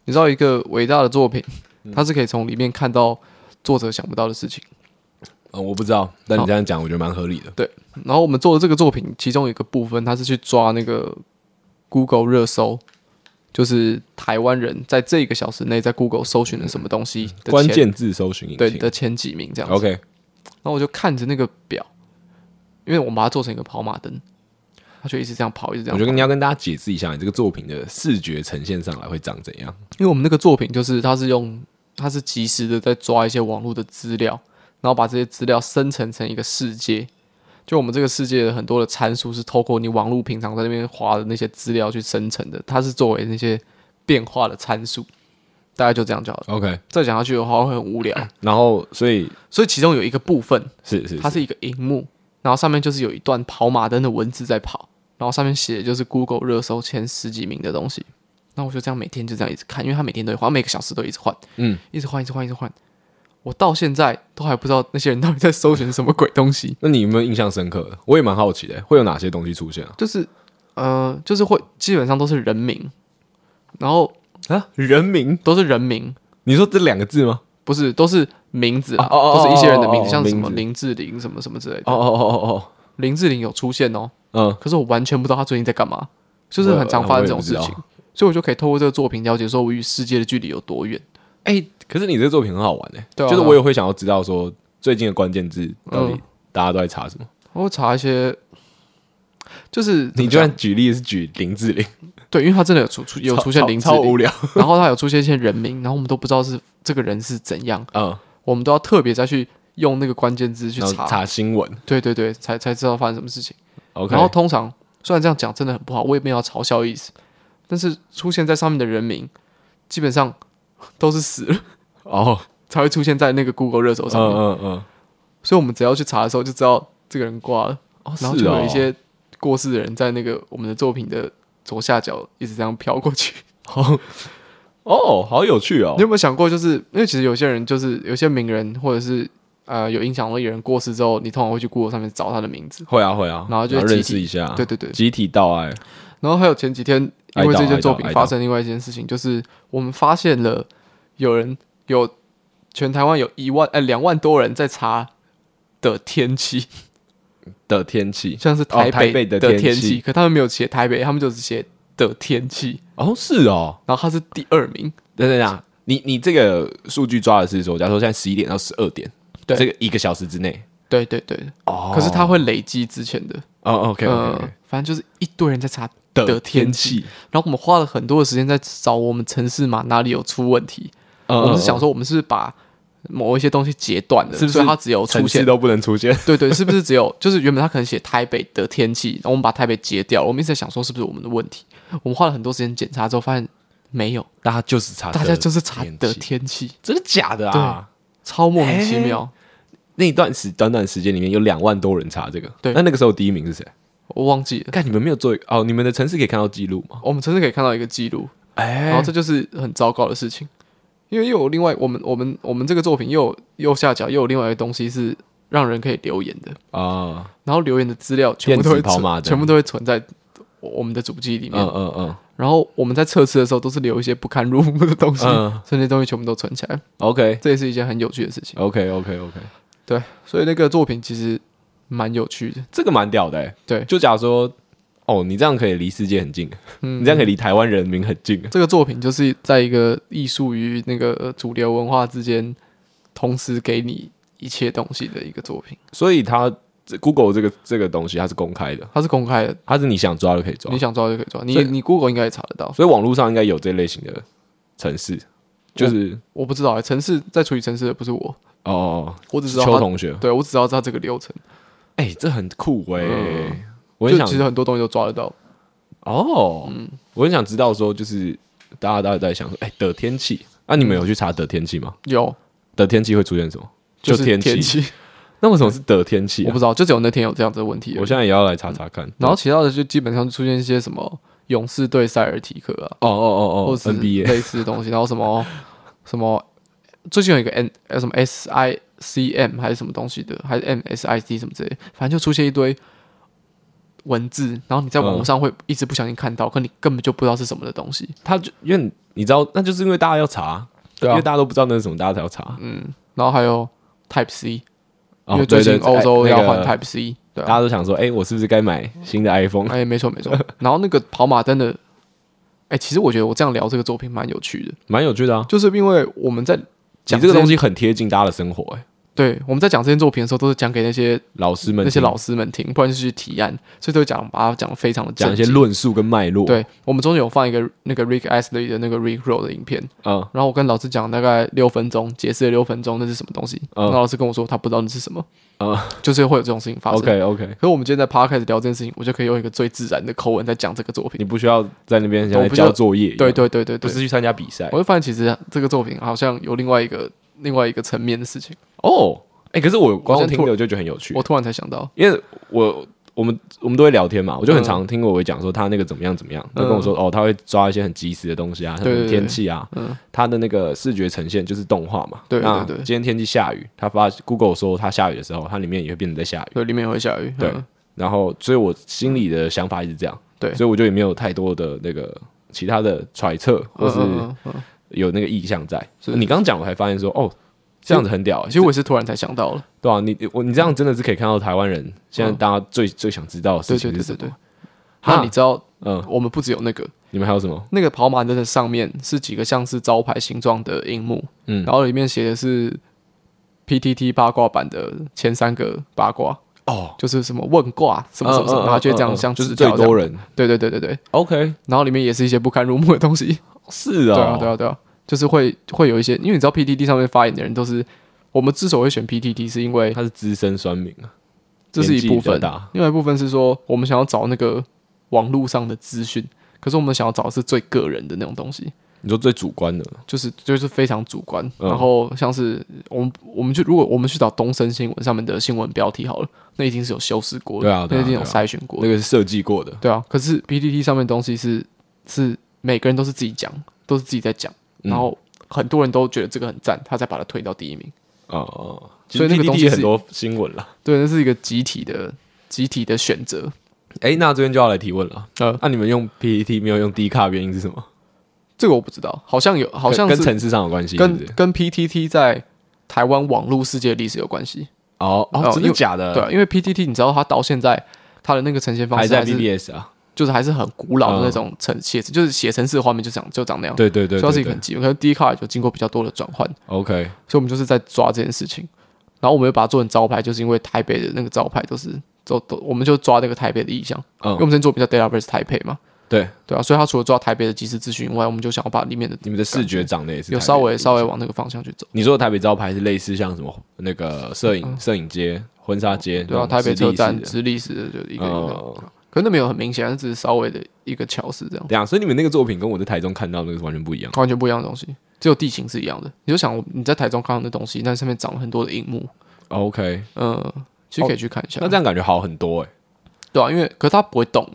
Speaker 2: 你知道，一个伟大的作品，它是可以从里面看到作者想不到的事情。
Speaker 1: 呃我不知道，但你
Speaker 2: 好
Speaker 1: 这样讲，我觉得蛮合理的。
Speaker 2: 然后我们做的这个作品，其中有一个部分，它是去抓那个 Google 热搜，就是台湾人在这一个小时内在 Google 搜寻了什么东西的前
Speaker 1: 关键字搜寻引
Speaker 2: 对
Speaker 1: 擎。
Speaker 2: 的前几名这样子。
Speaker 1: OK，
Speaker 2: 然后我就看着那个表，因为我们把它做成一个跑马灯，它就一直这样跑，一直这样
Speaker 1: 我觉得你要跟大家解释一下，你这个作品的视觉呈现上来会长怎样？
Speaker 2: 因为我们那个作品就是它是用它是及时的在抓一些网络的资料，然后把这些资料生成成一个世界。就我们这个世界的很多的参数是透过你网络平常在那边划的那些资料去生成的，它是作为那些变化的参数。大概就这样就好了。
Speaker 1: OK，
Speaker 2: 再讲下去的话会很无聊，
Speaker 1: 然后所以
Speaker 2: 所以其中有一个部分
Speaker 1: 是是
Speaker 2: 它
Speaker 1: 是
Speaker 2: 是一个荧幕，然后上面就是有一段跑马灯的文字在跑，然后上面写的就是 Google 热搜前十几名的东西。那我就这样每天就这样一直看，因为它每天都会换，每个小时都一直换，
Speaker 1: 嗯，
Speaker 2: 一直换，一直换，一直换。我到现在都还不知道那些人到底在搜寻什么鬼东西，
Speaker 1: 那你有没有印象深刻的？我也蛮好奇的，会有哪些东西出现啊？
Speaker 2: 就是，呃，就是会基本上都是人名，然后
Speaker 1: 啊，人名？
Speaker 2: 都是人名，
Speaker 1: 你说这两个字吗？
Speaker 2: 不是都是名字啊，
Speaker 1: 哦哦哦
Speaker 2: 都是一些人的名
Speaker 1: 哦
Speaker 2: 字，
Speaker 1: 哦
Speaker 2: 像什么
Speaker 1: 名字
Speaker 2: 林志玲什么什么之类的。
Speaker 1: 哦哦哦
Speaker 2: 林志玲有出现哦，
Speaker 1: 哦哦，
Speaker 2: 可是我完全不知道他最近在干嘛，就是很常发生这种事
Speaker 1: 我也
Speaker 2: 情
Speaker 1: 不知，
Speaker 2: 所以我就可以透过这个作品了解说我与世界的距离有多远。
Speaker 1: 嗯，哎、可是你这个作品很好玩哎、
Speaker 2: 对啊
Speaker 1: 就是我也会想要知道说最近的关键字到底
Speaker 2: 嗯
Speaker 1: 大家都在查什么。
Speaker 2: 我会查一些，就是
Speaker 1: 你
Speaker 2: 就
Speaker 1: 居然举例是举林志玲，
Speaker 2: 对，因为他真的有出出有出现
Speaker 1: 超
Speaker 2: 林志
Speaker 1: 超无
Speaker 2: 玲，
Speaker 1: 聊。
Speaker 2: 然后他有出现一些人名，然后我们都不知道是这个人是怎样，
Speaker 1: 嗯，
Speaker 2: 我们都要特别再去用那个关键字去
Speaker 1: 然后
Speaker 2: 查，
Speaker 1: 查新闻
Speaker 2: 对对对，才才知道发生什么事情。
Speaker 1: ，OK，
Speaker 2: 然后通常虽然这样讲真的很不好，我也没有要嘲笑的意思，但是出现在上面的人名基本上都是死了
Speaker 1: 哦，
Speaker 2: 才会出现在那个 Google 热搜
Speaker 1: 嗯
Speaker 2: 上面。
Speaker 1: 嗯嗯，
Speaker 2: 所以我们只要去查的时候就知道这个人挂了，
Speaker 1: 哦
Speaker 2: 然后就有一些过世的人在那个我们的作品的左下角一直这样飘过去。
Speaker 1: 哦，好有趣哦
Speaker 2: 你，有没有想过，就是因为其实有些人就是有些名人或者是呃有影响力的人过世之后，你通常会去 Google 上面找他的名字。
Speaker 1: 会啊会啊，
Speaker 2: 然后就集体
Speaker 1: 认识一下，
Speaker 2: 对对对
Speaker 1: 集体道爱，
Speaker 2: 然后还有前几天因
Speaker 1: 哀
Speaker 2: 为
Speaker 1: 悼
Speaker 2: 这
Speaker 1: 哀
Speaker 2: 件
Speaker 1: 悼
Speaker 2: 作品
Speaker 1: 哀悼
Speaker 2: 发生另外一件事情，就是我们发现了有人有全台湾有一万哎两万多人在查的天气，
Speaker 1: 的天气，
Speaker 2: 像是
Speaker 1: 哦台北
Speaker 2: 北
Speaker 1: 的
Speaker 2: 的
Speaker 1: 天
Speaker 2: 天
Speaker 1: 气
Speaker 2: 气，可他们没有写台北，他们就只写的天气。
Speaker 1: 哦是哦，
Speaker 2: 然后他是第二名，
Speaker 1: 等等等下，啊你你这个数据抓的是说，假如说现在十一点到十二点，
Speaker 2: 对
Speaker 1: 这个一个小时之内，
Speaker 2: 对对对，
Speaker 1: 哦
Speaker 2: 可是他会累积之前的，
Speaker 1: 哦 OK
Speaker 2: 呃
Speaker 1: OK，
Speaker 2: 反正就是一堆人在查
Speaker 1: 的
Speaker 2: 呃的
Speaker 1: 天
Speaker 2: 天
Speaker 1: 气
Speaker 2: 气，然后我们花了很多的时间在找我们城市码哪里有出问题，
Speaker 1: 哦嗯
Speaker 2: 我们是想说我们是不是把某一些东西截断了，
Speaker 1: 是不是
Speaker 2: 所以它只 有
Speaker 1: 城
Speaker 2: 出
Speaker 1: 市
Speaker 2: 现？
Speaker 1: 都不能出现，
Speaker 2: 对对，是不是只有就是原本他可能写台北的天气，然后我们把台北截掉了，我们一直在想说是不是我们的问题，我们花了很多时间检查之后发现没有，
Speaker 1: 大家就是查，
Speaker 2: 大家就是查
Speaker 1: 天
Speaker 2: 的
Speaker 1: 气，
Speaker 2: 天气，
Speaker 1: 真的假的啊？
Speaker 2: 超莫名其妙。
Speaker 1: 那一段时短短时间里面有两万多人查这个，
Speaker 2: 对
Speaker 1: 那那个时候第一名是谁？
Speaker 2: 我忘记了。
Speaker 1: 看你们没有做哦，你们的城市可以看到记录吗？
Speaker 2: 我们真是可以看到一个记录，
Speaker 1: 哎、
Speaker 2: 然后这就是很糟糕的事情，因为又有另外我们我们我们这个作品又有右下角又有另外一个东西是让人可以留言的，
Speaker 1: 啊，
Speaker 2: 然后留言的资料全部都
Speaker 1: 电
Speaker 2: 会
Speaker 1: 子跑马
Speaker 2: 存，
Speaker 1: 灯
Speaker 2: 全部都会存在我我们的主机里面，
Speaker 1: 嗯嗯嗯
Speaker 2: 然后我们在测试的时候都是留一些不堪入目的东西，
Speaker 1: 嗯
Speaker 2: 所以那些东西全部都存起来，
Speaker 1: ，OK
Speaker 2: 这也是一件很有趣的事情。
Speaker 1: OK OK OK，
Speaker 2: 对，所以那个作品其实蛮有趣的。
Speaker 1: 这个蛮屌的、欸，
Speaker 2: 对
Speaker 1: 就假如说，哦，你这样可以离世界很近，
Speaker 2: 嗯
Speaker 1: 你这样可以离台湾人民很近，
Speaker 2: 这个作品就是在一个艺术与那个主流文化之间，同时给你一切东西的一个作品，
Speaker 1: 所以它这 Google 这个这个东西它是公开的，
Speaker 2: 它是公开的，
Speaker 1: 它是你想抓就可以抓
Speaker 2: 你，想抓就可以抓。你
Speaker 1: 啊所以
Speaker 2: 你 Google 应该也查得到，
Speaker 1: 所以网络上应该有这类型的城市，就是
Speaker 2: 我不知道、欸，城市在处理城市的不是我，
Speaker 1: 哦哦，哦
Speaker 2: 我只知道
Speaker 1: 邱
Speaker 2: 它，
Speaker 1: 同学，
Speaker 2: 对我只知道它这个流程，
Speaker 1: 哎、这很酷哎、
Speaker 2: 嗯
Speaker 1: 我很
Speaker 2: 就嗯
Speaker 1: 想
Speaker 2: 其实很多东西都抓得到。
Speaker 1: 哦，我很想知道说，就是大家到底在想说，哎、的天气，啊，你们
Speaker 2: 嗯
Speaker 1: 有去查的天气吗？
Speaker 2: 有，
Speaker 1: 的天气会出现什么？
Speaker 2: 就是
Speaker 1: 天啊
Speaker 2: 天气，
Speaker 1: 那为什么是的天气、
Speaker 2: 我
Speaker 1: 啊
Speaker 2: 不？知道，就只有那天有这样子的问题而已。
Speaker 1: 我现在也要来查查看。
Speaker 2: 然后其他的就基本上出现一些什么勇士对塞尔提克啊，
Speaker 1: 哦哦哦
Speaker 2: 或
Speaker 1: 哦
Speaker 2: 是
Speaker 1: ，NBA
Speaker 2: 类似的东西，然后什么什么，最近有一个 N 呃什么 S I C M 还是什么东西的，还是 M S I C 什么之类的，反正就出现一堆文字，然后你在网络
Speaker 1: 嗯
Speaker 2: 上会一直不小心看到，可你根本就不知道是什么的东西，
Speaker 1: 他就因为你知道，那就是因为大家要查，
Speaker 2: 对啊
Speaker 1: 因为大家都不知道那是什么，大家才要查。
Speaker 2: 然后还有 Type C，、
Speaker 1: 哦
Speaker 2: 因为最近
Speaker 1: 对对
Speaker 2: 欧洲
Speaker 1: 哎
Speaker 2: 要
Speaker 1: 那个
Speaker 2: 换 Type C，、对
Speaker 1: 大
Speaker 2: 啊，
Speaker 1: 家都想说，哎，我是不是该买新的 iPhone？
Speaker 2: 哎没错没错，然后那个跑马灯的，哎其实我觉得我这样聊这个作品蛮有趣的，
Speaker 1: 蛮有趣的啊，
Speaker 2: 就是因为我们在。
Speaker 1: 讲
Speaker 2: 讲
Speaker 1: 这个
Speaker 2: 件
Speaker 1: 东西很贴近大家的生活，哎，
Speaker 2: 对，我们在讲这件作品的时候，都是讲给那些
Speaker 1: 老师们
Speaker 2: 那些
Speaker 1: 听
Speaker 2: 老师们听，不然就是去提案，所以都会讲把它讲的非常的
Speaker 1: 讲一些
Speaker 2: 正经。
Speaker 1: 论述跟脉络，，
Speaker 2: 对，我们中间有放一个那个 Rick Astley 的那个 Rick Roll 的影片，
Speaker 1: 嗯，
Speaker 2: 然后我跟老师讲大概六分钟，解释了六分钟那是什么东西，
Speaker 1: 嗯
Speaker 2: 然后老师跟我说他不知道那是什么，
Speaker 1: 啊
Speaker 2: 就是会有这种事情发生。
Speaker 1: ，OK OK，
Speaker 2: 可是我们今天在 p 开始聊这件事情，我就可以用一个最自然的口吻在讲这个作品。
Speaker 1: 你不需要在那边像
Speaker 2: 我
Speaker 1: 在
Speaker 2: 不需要
Speaker 1: 交作业一样，
Speaker 2: 对对对对
Speaker 1: 不
Speaker 2: 对，
Speaker 1: 是去参加比赛
Speaker 2: 我就发现其实这个作品好像有另外一个另外一个层面的事情，
Speaker 1: 哦。哎，可是我光
Speaker 2: 我先
Speaker 1: 听
Speaker 2: 突
Speaker 1: 的我就觉得很有趣
Speaker 2: 我，突然才想到，
Speaker 1: 因为我我们我们都会聊天
Speaker 2: 嗯
Speaker 1: 嘛，我就很常听我会讲说他那个怎么样怎么样，他跟我说哦，他会抓一些很及时的东西啊，
Speaker 2: 对对
Speaker 1: 什
Speaker 2: 对
Speaker 1: 么天气啊
Speaker 2: 嗯，
Speaker 1: 他的那个视觉呈现就是动画嘛。
Speaker 2: 对对
Speaker 1: 那
Speaker 2: 对
Speaker 1: 今天天气下雨，他发 Google 说他下雨的时候，它里面也会变成在下雨。
Speaker 2: 对，里面也会下雨，
Speaker 1: 对
Speaker 2: 嗯
Speaker 1: 然后，所以我心里的想法一直这样，
Speaker 2: 对
Speaker 1: 所以我就也没有太多的那个其他的揣测，或是
Speaker 2: 嗯嗯嗯嗯
Speaker 1: 有那个意向在。
Speaker 2: 是
Speaker 1: 你刚讲，我才发现说哦，这样子很屌、欸
Speaker 2: 嗯其，实我也是突然才想到了。
Speaker 1: 对啊，你我你这样真的是可以看到台湾人现在大家最、最想知道的事
Speaker 2: 对
Speaker 1: 情是
Speaker 2: 对嗯对
Speaker 1: 什
Speaker 2: 对
Speaker 1: 么。
Speaker 2: 对。
Speaker 1: 哈
Speaker 2: 那你知道，
Speaker 1: 嗯，
Speaker 2: 我们不只有那个，
Speaker 1: 你们还有什么？
Speaker 2: 那个跑马灯的上面是几个像是招牌形状的荧幕，
Speaker 1: 嗯
Speaker 2: 然后里面写的是 PTT 八卦版的前三个八卦，
Speaker 1: 哦，
Speaker 2: 就是什么问卦什么什么什么，
Speaker 1: 嗯嗯
Speaker 2: 然后就会这
Speaker 1: 嗯嗯
Speaker 2: 样
Speaker 1: 嗯
Speaker 2: 像
Speaker 1: 就是
Speaker 2: 纸条
Speaker 1: 最
Speaker 2: 这样
Speaker 1: 多。人。
Speaker 2: 对对对对对，
Speaker 1: OK，
Speaker 2: 然后里面也是一些不堪入目的东 西。
Speaker 1: 是
Speaker 2: 对
Speaker 1: 哦，
Speaker 2: 啊对啊对啊，就是会会有一些，因为你知道 PTT 上面发言的人都是。我们之所以会选 PTT，是因为
Speaker 1: 他是资深酸民啊，
Speaker 2: 这是
Speaker 1: 年纪
Speaker 2: 一部
Speaker 1: 比较
Speaker 2: 分，
Speaker 1: 大。
Speaker 2: 另外一部分是说，我们想要找那个网络上的资讯，可是我们想要找的是最个人的那种东西，
Speaker 1: 你说最主观的，
Speaker 2: 就是就是非常主观。
Speaker 1: 嗯
Speaker 2: 然后像是我们我们去如果我们去找东森新闻上面的新闻标题好了，那一定是有修饰过的，
Speaker 1: 对啊对啊
Speaker 2: 那一定有
Speaker 1: 对啊
Speaker 2: 筛选过
Speaker 1: 那
Speaker 2: 的，
Speaker 1: 个是设计过的，
Speaker 2: 对啊。可是 PPT 上面的东西是是每个人都是自己讲，都是自己在讲，
Speaker 1: 嗯
Speaker 2: 然后很多人都觉得这个很赞，他才把它推到第一名。
Speaker 1: 哦哦，
Speaker 2: 所以那个东
Speaker 1: PPT
Speaker 2: 西
Speaker 1: 也
Speaker 2: 是
Speaker 1: 很多新闻啦。
Speaker 2: 对，那是一个集体的集体的选择，
Speaker 1: 哎，那这边就要来提问了。啊
Speaker 2: 呃，
Speaker 1: 那你们用 PPT 没有用 D 卡，原因是什么？
Speaker 2: 这个我不知道，好像有好像
Speaker 1: 跟
Speaker 2: 是
Speaker 1: 跟城市上有关系，是
Speaker 2: 跟
Speaker 1: 不是
Speaker 2: 跟 PTT 在台湾网络世界的历史有关系。
Speaker 1: 哦哦，
Speaker 2: 哦
Speaker 1: 真
Speaker 2: 因
Speaker 1: 的
Speaker 2: 为
Speaker 1: 假的？
Speaker 2: 对啊，因为 PTT 你知道它到现在它的那个呈现方
Speaker 1: 还
Speaker 2: 式
Speaker 1: 在
Speaker 2: 还是
Speaker 1: BBS 啊？
Speaker 2: 就是还是很古老
Speaker 1: 嗯
Speaker 2: 的那种呈写，就是写程式的画面就长就长那样，
Speaker 1: 对对对，
Speaker 2: 所以它是
Speaker 1: 对
Speaker 2: 一个很
Speaker 1: 对
Speaker 2: 基本。可是 D 卡就经过比较多的转换，
Speaker 1: OK，
Speaker 2: 所以我们就是在抓这件事情，然后我们又把它做成招牌，就是因为台北的那个招牌都是都都，我们就抓那个台北的意象，因为
Speaker 1: 嗯，
Speaker 2: 我们之前做比较 Dataverse 台北嘛，
Speaker 1: 对，
Speaker 2: 对啊，所以它除了抓台北的即时资讯以外，我们就想要把里面的
Speaker 1: 你们的视觉长得也是
Speaker 2: 有
Speaker 1: 台北
Speaker 2: 稍
Speaker 1: 的
Speaker 2: 微
Speaker 1: 意思
Speaker 2: 稍微往那个方向去走。
Speaker 1: 你说的台北招牌是类似像什么那个摄影摄影街、婚纱街，
Speaker 2: 嗯
Speaker 1: 那
Speaker 2: 对啊，
Speaker 1: 种
Speaker 2: 台
Speaker 1: 直
Speaker 2: 北
Speaker 1: 立
Speaker 2: 车
Speaker 1: 式
Speaker 2: 站
Speaker 1: 的
Speaker 2: 直立式的就一个一个，
Speaker 1: 呃，
Speaker 2: 可那没有很明显，那只是稍微的一个桥式这样，
Speaker 1: 对啊，所以你们那个作品跟我在台中看到那个是完全不一样。
Speaker 2: 完全不一样的东西，只有地形是一样的。你就想我你在台中看到的东西，那上面长了很多的荧幕，
Speaker 1: OK，
Speaker 2: 嗯，其实可以去看一下。
Speaker 1: 哦那这样感觉好很多哎、
Speaker 2: 对啊，因为可是它不会动，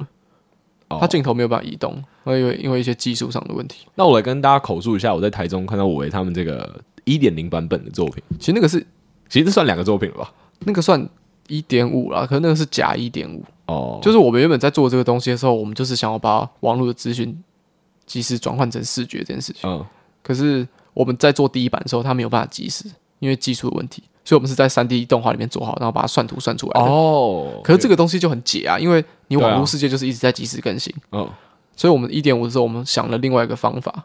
Speaker 1: 哦
Speaker 2: 它镜头没有办法移动，因为因为一些技术上的问题。
Speaker 1: 那我来跟大家口述一下，我在台中看到我为他们这个一点零版本的作品，
Speaker 2: 其实那个是
Speaker 1: 其实这算两个作品了吧？
Speaker 2: 那个算一点五啦，可是那个是假一点五。
Speaker 1: 哦，
Speaker 2: 就是我们原本在做这个东西的时候，我们就是想要把网络的资讯及时转换成视觉这件事情。
Speaker 1: 嗯，
Speaker 2: 可是我们在做第一版的时候，它没有办法及时，因为技术的问题，所以我们是在三 D 动画里面做好，然后把它算图算出来的。
Speaker 1: 哦，
Speaker 2: 可是这
Speaker 1: 个，
Speaker 2: 个东西就很解啊，因为你
Speaker 1: 对啊
Speaker 2: 网络世界就是一直在及时更新，
Speaker 1: 嗯，
Speaker 2: 所以我们一点五的时候，我们想了另外一个方法，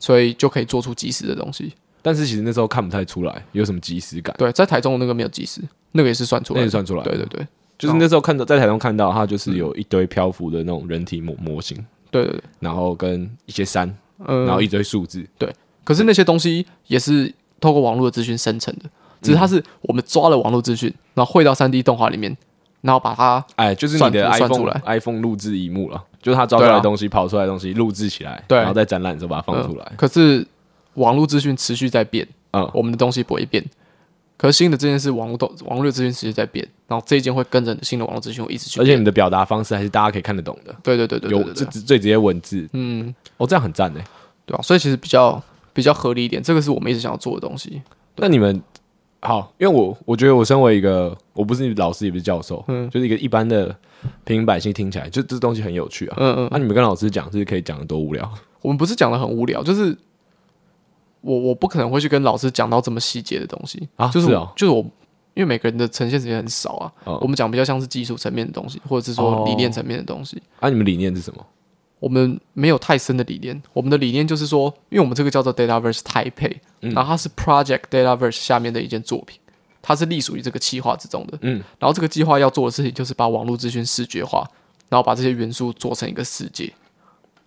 Speaker 2: 所以就可以做出及时的东西。
Speaker 1: 但是其实那时候看不太出来有什么即时感，
Speaker 2: 对，在台中的那个没有及时，那个也是算出
Speaker 1: 那
Speaker 2: 来
Speaker 1: 也
Speaker 2: 的。
Speaker 1: 算出来，
Speaker 2: 对对，嗯对
Speaker 1: 就是那时候看到在台中看到它就是有一堆漂浮的那种人体模模型，
Speaker 2: 对对对，
Speaker 1: 然后跟一些山，
Speaker 2: 嗯、
Speaker 1: 然后一堆数字，
Speaker 2: 可是那些东西也是透过网络的资讯生成的，只是它是我们抓了网络资讯，然后汇到三 D 动画里面，然后把它
Speaker 1: 哎，就是你
Speaker 2: 算
Speaker 1: 的
Speaker 2: 出算出
Speaker 1: iPhone
Speaker 2: 来啊
Speaker 1: iPhone 录制一幕了，就是它抓出来的东西、跑出来的东西录制起来，
Speaker 2: 对
Speaker 1: 然后在展览的时候把它放出来
Speaker 2: 呃。可是网络资讯持续在变，
Speaker 1: 嗯
Speaker 2: 我们的东西不会变。可是新的这件事，网络动网络资讯持续在变，然后这一件会跟着新的网络资讯一直去
Speaker 1: 而
Speaker 2: 变。
Speaker 1: 且你的表达方式还是大家可以看得懂的，
Speaker 2: 对对对对对
Speaker 1: 有
Speaker 2: 对
Speaker 1: 这
Speaker 2: 对，
Speaker 1: 这最直接文字
Speaker 2: 嗯，
Speaker 1: 哦，这样很赞哎。
Speaker 2: 对啊，所以其实比较比较合理一点，这个是我们一直想要做的东西。
Speaker 1: 那你们好，因为我我觉得我身为一个我不是老师也不是教授，嗯，就是一个一般的平民百姓听起来，就这东西很有趣啊。
Speaker 2: 嗯嗯，
Speaker 1: 那、你们跟老师讲是可以讲的多无聊，
Speaker 2: 我们不是讲的很无聊，就是我我不可能会去跟老师讲到这么细节的东西
Speaker 1: 啊
Speaker 2: 就是
Speaker 1: 是
Speaker 2: 我
Speaker 1: 哦
Speaker 2: 就是我，因为每个人的呈现时间很少啊，
Speaker 1: 哦
Speaker 2: 我们讲比较像是技术层面的东西，或者是说
Speaker 1: 哦
Speaker 2: 理念层面的东西。
Speaker 1: 啊，你们理念是什么？
Speaker 2: 我们没有太深的理念，我们的理念就是说，因为我们这个叫做 Dataverse Taipei，、
Speaker 1: 嗯
Speaker 2: 然后它是 Project Dataverse 下面的一件作品，它是隶属于这个计划之中的。
Speaker 1: 嗯，
Speaker 2: 然后这个计划要做的事情就是把网络资讯视觉化，然后把这些元素做成一个世界。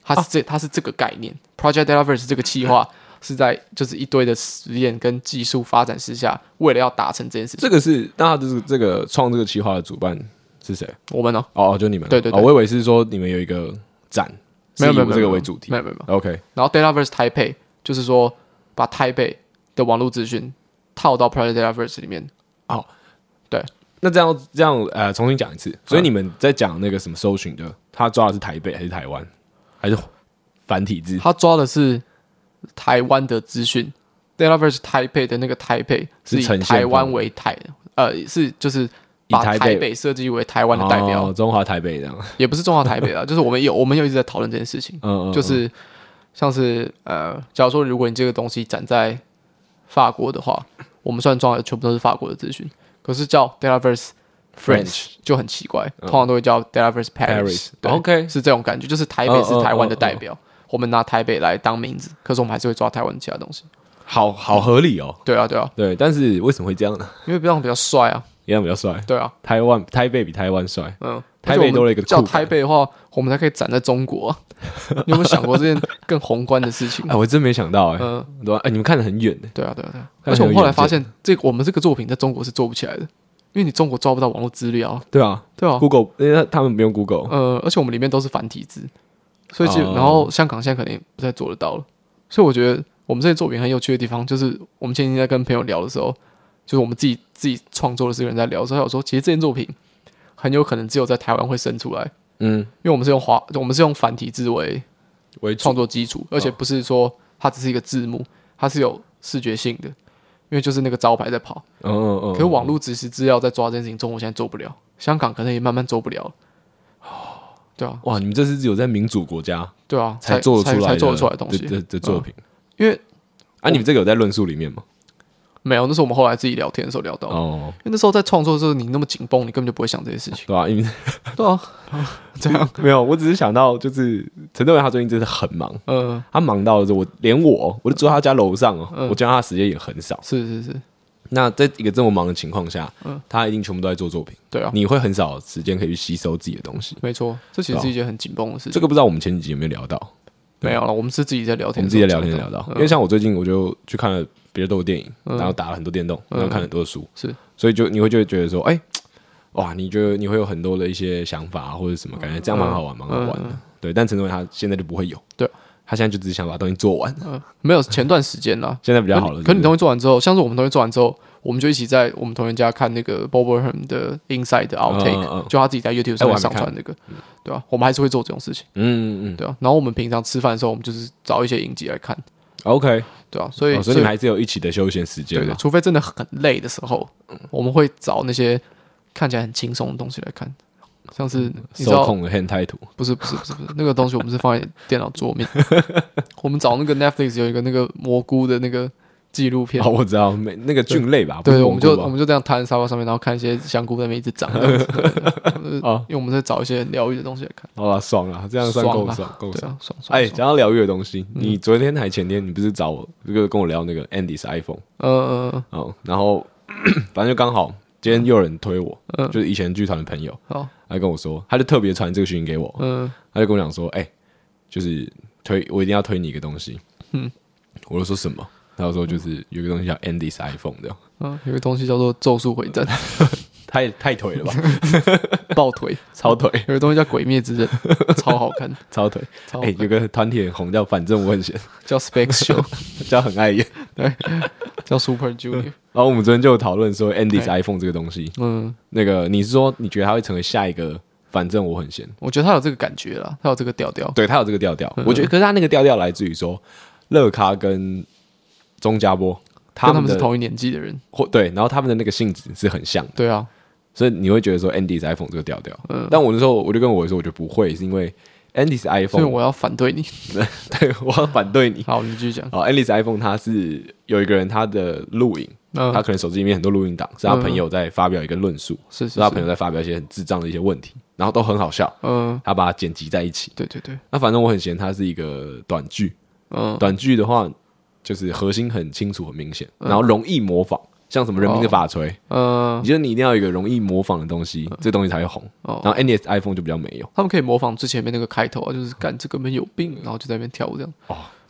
Speaker 2: 它
Speaker 1: 啊
Speaker 2: 是这，它是这个概念。Project Dataverse 这个计划是在就是一堆的实验跟技术发展之下，为了要达成这件事情，
Speaker 1: 这个是那这个这个创这个企划的主办是谁？
Speaker 2: 我们呢、
Speaker 1: 哦，就你们啊
Speaker 2: 对对对
Speaker 1: 哦，我以为是说你们有一个展，
Speaker 2: 没
Speaker 1: 是
Speaker 2: 有
Speaker 1: 以
Speaker 2: 没有没有
Speaker 1: 这个为主题
Speaker 2: 没。有没有没有。
Speaker 1: OK，
Speaker 2: 然后 Dataverse 台北就是说把台北的网络资讯套到 Project Dataverse 里面。
Speaker 1: 那这样这样呃，重新讲一次。
Speaker 2: 嗯
Speaker 1: 所以你们在讲那个什么搜寻的，他抓的是台北还是台湾，还是繁体字？
Speaker 2: 他抓的是台湾的资讯，Dataverse 台北的那个台北
Speaker 1: 是
Speaker 2: 以
Speaker 1: 呈现
Speaker 2: 台湾
Speaker 1: 方
Speaker 2: 为台，呃，是就是把
Speaker 1: 以台北
Speaker 2: 台北设计为台湾的代表，
Speaker 1: 哦中华台北这 样。
Speaker 2: 也不是中华台北啊，就是我们有我们有一直在讨论这件事情，
Speaker 1: 嗯嗯，嗯
Speaker 2: 就是像是呃，假如说如果你这个东西展在法国的话，我们虽然装的全部都是法国的资讯，可是叫 Dataverse French 就很奇怪，通常都会叫 Dataverse Paris
Speaker 1: 嗯 Paris。
Speaker 2: 对
Speaker 1: OK
Speaker 2: 是这种感觉，就是台北
Speaker 1: 嗯
Speaker 2: 是
Speaker 1: 嗯
Speaker 2: 台湾的
Speaker 1: 嗯
Speaker 2: 代表，我们拿台北来当名字，可是我们还是会抓台湾其他东西。
Speaker 1: 好好合理哦。
Speaker 2: 对啊，对啊，
Speaker 1: 对，但是为什么会这样呢？
Speaker 2: 因为这样比较帅啊，
Speaker 1: 一样比较帅，
Speaker 2: 对啊，
Speaker 1: 台湾台北比台湾帅。
Speaker 2: 嗯，
Speaker 1: 台北多了一个
Speaker 2: 而且
Speaker 1: 酷
Speaker 2: 我们
Speaker 1: 感
Speaker 2: 叫台北的话，我们才可以展在中国啊、你有没有想过这件更宏观的事情
Speaker 1: 哎，？我真没想到哎，
Speaker 2: 嗯，
Speaker 1: 对吧？哎，你们看得很远的，
Speaker 2: 对啊，对啊，对啊。
Speaker 1: 看起
Speaker 2: 而且
Speaker 1: 来
Speaker 2: 我们后来
Speaker 1: 有
Speaker 2: 发
Speaker 1: 远
Speaker 2: 现，这个我们这个作品在中国是做不起来的，因为你中国抓不到网络资料啊，
Speaker 1: 对啊
Speaker 2: 对啊，
Speaker 1: ，Google，因为他们不用 Google，
Speaker 2: 呃，而且我们里面都是繁体字，所以基本、
Speaker 1: 哦
Speaker 2: 然后香港现在可能也不太做得到了。所以我觉得我们这些作品很有趣的地方，就是我们前几天在跟朋友聊的时候，就是我们自己自己创作的这个人在聊的时候，他有说，其实这件作品很有可能只有在台湾会生出来，
Speaker 1: 嗯，
Speaker 2: 因为我们是用华，我们是用繁体字为
Speaker 1: 为主
Speaker 2: 创作基础，
Speaker 1: 哦
Speaker 2: 而且不是说它只是一个字幕，它是有视觉性的，因为就是那个招牌在跑。
Speaker 1: 嗯嗯嗯，
Speaker 2: 可是网络即时资料在抓这件事情，中国现在做不了，香港可能也慢慢做不了了。对啊，
Speaker 1: 哇，你们这是有在民主国家
Speaker 2: 对啊，
Speaker 1: 才
Speaker 2: 才
Speaker 1: 做得
Speaker 2: 才
Speaker 1: 出来
Speaker 2: 才
Speaker 1: 的
Speaker 2: 做得出来的东
Speaker 1: 这
Speaker 2: 西。嗯
Speaker 1: 这作品。
Speaker 2: 因为
Speaker 1: 啊，你们这个有在论述里面吗？
Speaker 2: 没有，那是我们后来自己聊天的时候聊到的，
Speaker 1: 哦，
Speaker 2: 因为那时候在创作的时候，你那么紧绷，你根本就不会想这些事情。
Speaker 1: 对吧、因为
Speaker 2: 对啊，这样，
Speaker 1: 没有，我只是想到就是陈德伟他最近真的很忙，
Speaker 2: 嗯，
Speaker 1: 他忙到就是我连我，我就住在他家楼上哦，我见到他时间也很少。
Speaker 2: 是是是，
Speaker 1: 那在一个这么忙的情况下，他一定全部都在做作品，
Speaker 2: 嗯对啊，
Speaker 1: 你会很少时间可以去吸收自己的东西。
Speaker 2: 没错，这其实是一件很紧绷的事情。
Speaker 1: 啊这个不知道我们前几集有没有聊到，
Speaker 2: 没有了，我们是自己在聊
Speaker 1: 我
Speaker 2: 天
Speaker 1: 们
Speaker 2: 的
Speaker 1: 自
Speaker 2: 时
Speaker 1: 己
Speaker 2: 候
Speaker 1: 在
Speaker 2: 讲
Speaker 1: 聊天
Speaker 2: 的，
Speaker 1: 聊到，
Speaker 2: 嗯
Speaker 1: 因为像我最近我就去看了别的多的电影，然后打了很多电动，然后看了很多书，
Speaker 2: 嗯是
Speaker 1: 所以就你会就会觉得说，哎、哇，你觉得你会有很多的一些想法啊或者什么，感觉这样蛮好玩，蛮、好玩的。对，但陈总他现在就不会有，
Speaker 2: 嗯对，
Speaker 1: 他现在就只是想把东西做完，
Speaker 2: 没有前段时间啦，
Speaker 1: 现在比较好了。
Speaker 2: 可你
Speaker 1: 是不
Speaker 2: 同学做完之后，像是我们同学做完之后，我们就一起在我们同学家看那个 Bob b e r h a m 的 Inside 的 Outtake，、
Speaker 1: 嗯嗯嗯
Speaker 2: 就他自己在 YouTube 上
Speaker 1: 哎我
Speaker 2: 面
Speaker 1: 还没
Speaker 2: 上传
Speaker 1: 看
Speaker 2: 那个，对吧、我们还是会做这种事情，
Speaker 1: 是嗯嗯嗯
Speaker 2: 对啊。然后我们平常吃饭的时候，我们就是找一些影集来看，
Speaker 1: ，OK，
Speaker 2: 对啊。所以，
Speaker 1: 哦所以你们还是有一起的休闲时
Speaker 2: 对啊
Speaker 1: 间
Speaker 2: 对，
Speaker 1: 嘛？
Speaker 2: 除非真的很累的时候，我们会找那些看起来很轻松的东西来看，像是你知
Speaker 1: 受嗯
Speaker 2: 道，
Speaker 1: 控的 hand 图，
Speaker 2: 不是不是不是不是那个东西，我们是放在电脑桌面， 我们找那个 Netflix 有一个那个蘑菇的那个纪录片
Speaker 1: 哦，，我知道，没那个菌类吧？不是
Speaker 2: 对，
Speaker 1: 蘑
Speaker 2: 我们
Speaker 1: 菇
Speaker 2: 就
Speaker 1: 吧
Speaker 2: 我们就这样摊在沙发上面，然后看一些香菇在那边一直长这样子，对
Speaker 1: 哦
Speaker 2: 因为我们在找一些疗愈的东西来看，
Speaker 1: 好了，爽了，这样算
Speaker 2: 爽
Speaker 1: 够
Speaker 2: 啊
Speaker 1: 爽，够
Speaker 2: 对
Speaker 1: 爽。
Speaker 2: 啊，爽爽。
Speaker 1: 哎，
Speaker 2: 爽
Speaker 1: 讲到疗愈的东西，
Speaker 2: 嗯
Speaker 1: 你昨天还前天，你不是找我，就是跟我聊那个 Andy's iPhone
Speaker 2: 呃，
Speaker 1: 哦，然后 反正就刚好今天又有人推我，
Speaker 2: 嗯
Speaker 1: 就是以前剧团的朋友，
Speaker 2: 好，
Speaker 1: 他跟我说，他就特别传这个讯息给我，
Speaker 2: 嗯
Speaker 1: 他就跟我讲说，哎，推推我一定要推你一个东西，
Speaker 2: 嗯
Speaker 1: 我就说什么？他就说就是有一个东西叫 Andy's iPhone 这样，
Speaker 2: 嗯，有个东西叫做《咒术 回战》，
Speaker 1: 太太腿了吧，
Speaker 2: 抱腿；
Speaker 1: 超腿
Speaker 2: 有个东西叫《鬼 灭之刃》，超好看，
Speaker 1: 超腿，
Speaker 2: 超好
Speaker 1: 哎，有
Speaker 2: 看，
Speaker 1: 个团体很红叫反正我很闲，
Speaker 2: 叫 Specs Show，
Speaker 1: 叫很碍眼，
Speaker 2: 叫 Super Junior，
Speaker 1: 然后我们昨天就有讨论说 Andy's
Speaker 2: 哎
Speaker 1: iPhone 这个东西，
Speaker 2: 嗯，
Speaker 1: 那个你是说你觉得他会成为下一个？反正我很闲，嗯
Speaker 2: 我觉得他有这个感觉啦，他有这个调调，
Speaker 1: 对他有这个调调，我觉得，可是他那个调调来自于说，乐咖跟钟家波
Speaker 2: 跟
Speaker 1: 他
Speaker 2: 他
Speaker 1: 们
Speaker 2: 们是
Speaker 1: 的
Speaker 2: 同一年纪的人，
Speaker 1: 或对，然后他们的那个性质是很像的，
Speaker 2: 对啊，
Speaker 1: 所以你会觉得说 Andy's iPhone 这个调调，
Speaker 2: 嗯
Speaker 1: 但我那时候我就跟我说，我觉得不会，是因为 Andy's
Speaker 2: 所以
Speaker 1: iPhone，
Speaker 2: 我要反对你。
Speaker 1: 对我要反对 你。
Speaker 2: 好，你继续讲，
Speaker 1: 好，Andy's iPhone 它是有一个人他的录影，他
Speaker 2: 嗯，
Speaker 1: 可能手机里面很多录音档，是他
Speaker 2: 嗯
Speaker 1: 朋友在发表一个论述，
Speaker 2: 是
Speaker 1: 是
Speaker 2: 是
Speaker 1: 他朋
Speaker 2: 是，
Speaker 1: 友在发表一些很智障的一些问题，然后都很好笑，
Speaker 2: 嗯，
Speaker 1: 他把它剪辑在一起。
Speaker 2: 对对对，
Speaker 1: 那反正我很嫌它是一个短剧，
Speaker 2: 嗯，
Speaker 1: 短剧的话，就是核心很清楚、很明显，然后容易模仿，像什么人
Speaker 2: 哦
Speaker 1: 民的法锤，
Speaker 2: 嗯
Speaker 1: 你，觉得你一定要有一个容易模仿的东西，这东西才会红。
Speaker 2: 哦
Speaker 1: 然后 NES iPhone 就比较没有，
Speaker 2: 他们可以模仿最前面那个开头啊，就是干这个门有病，然后就在那边跳舞这样。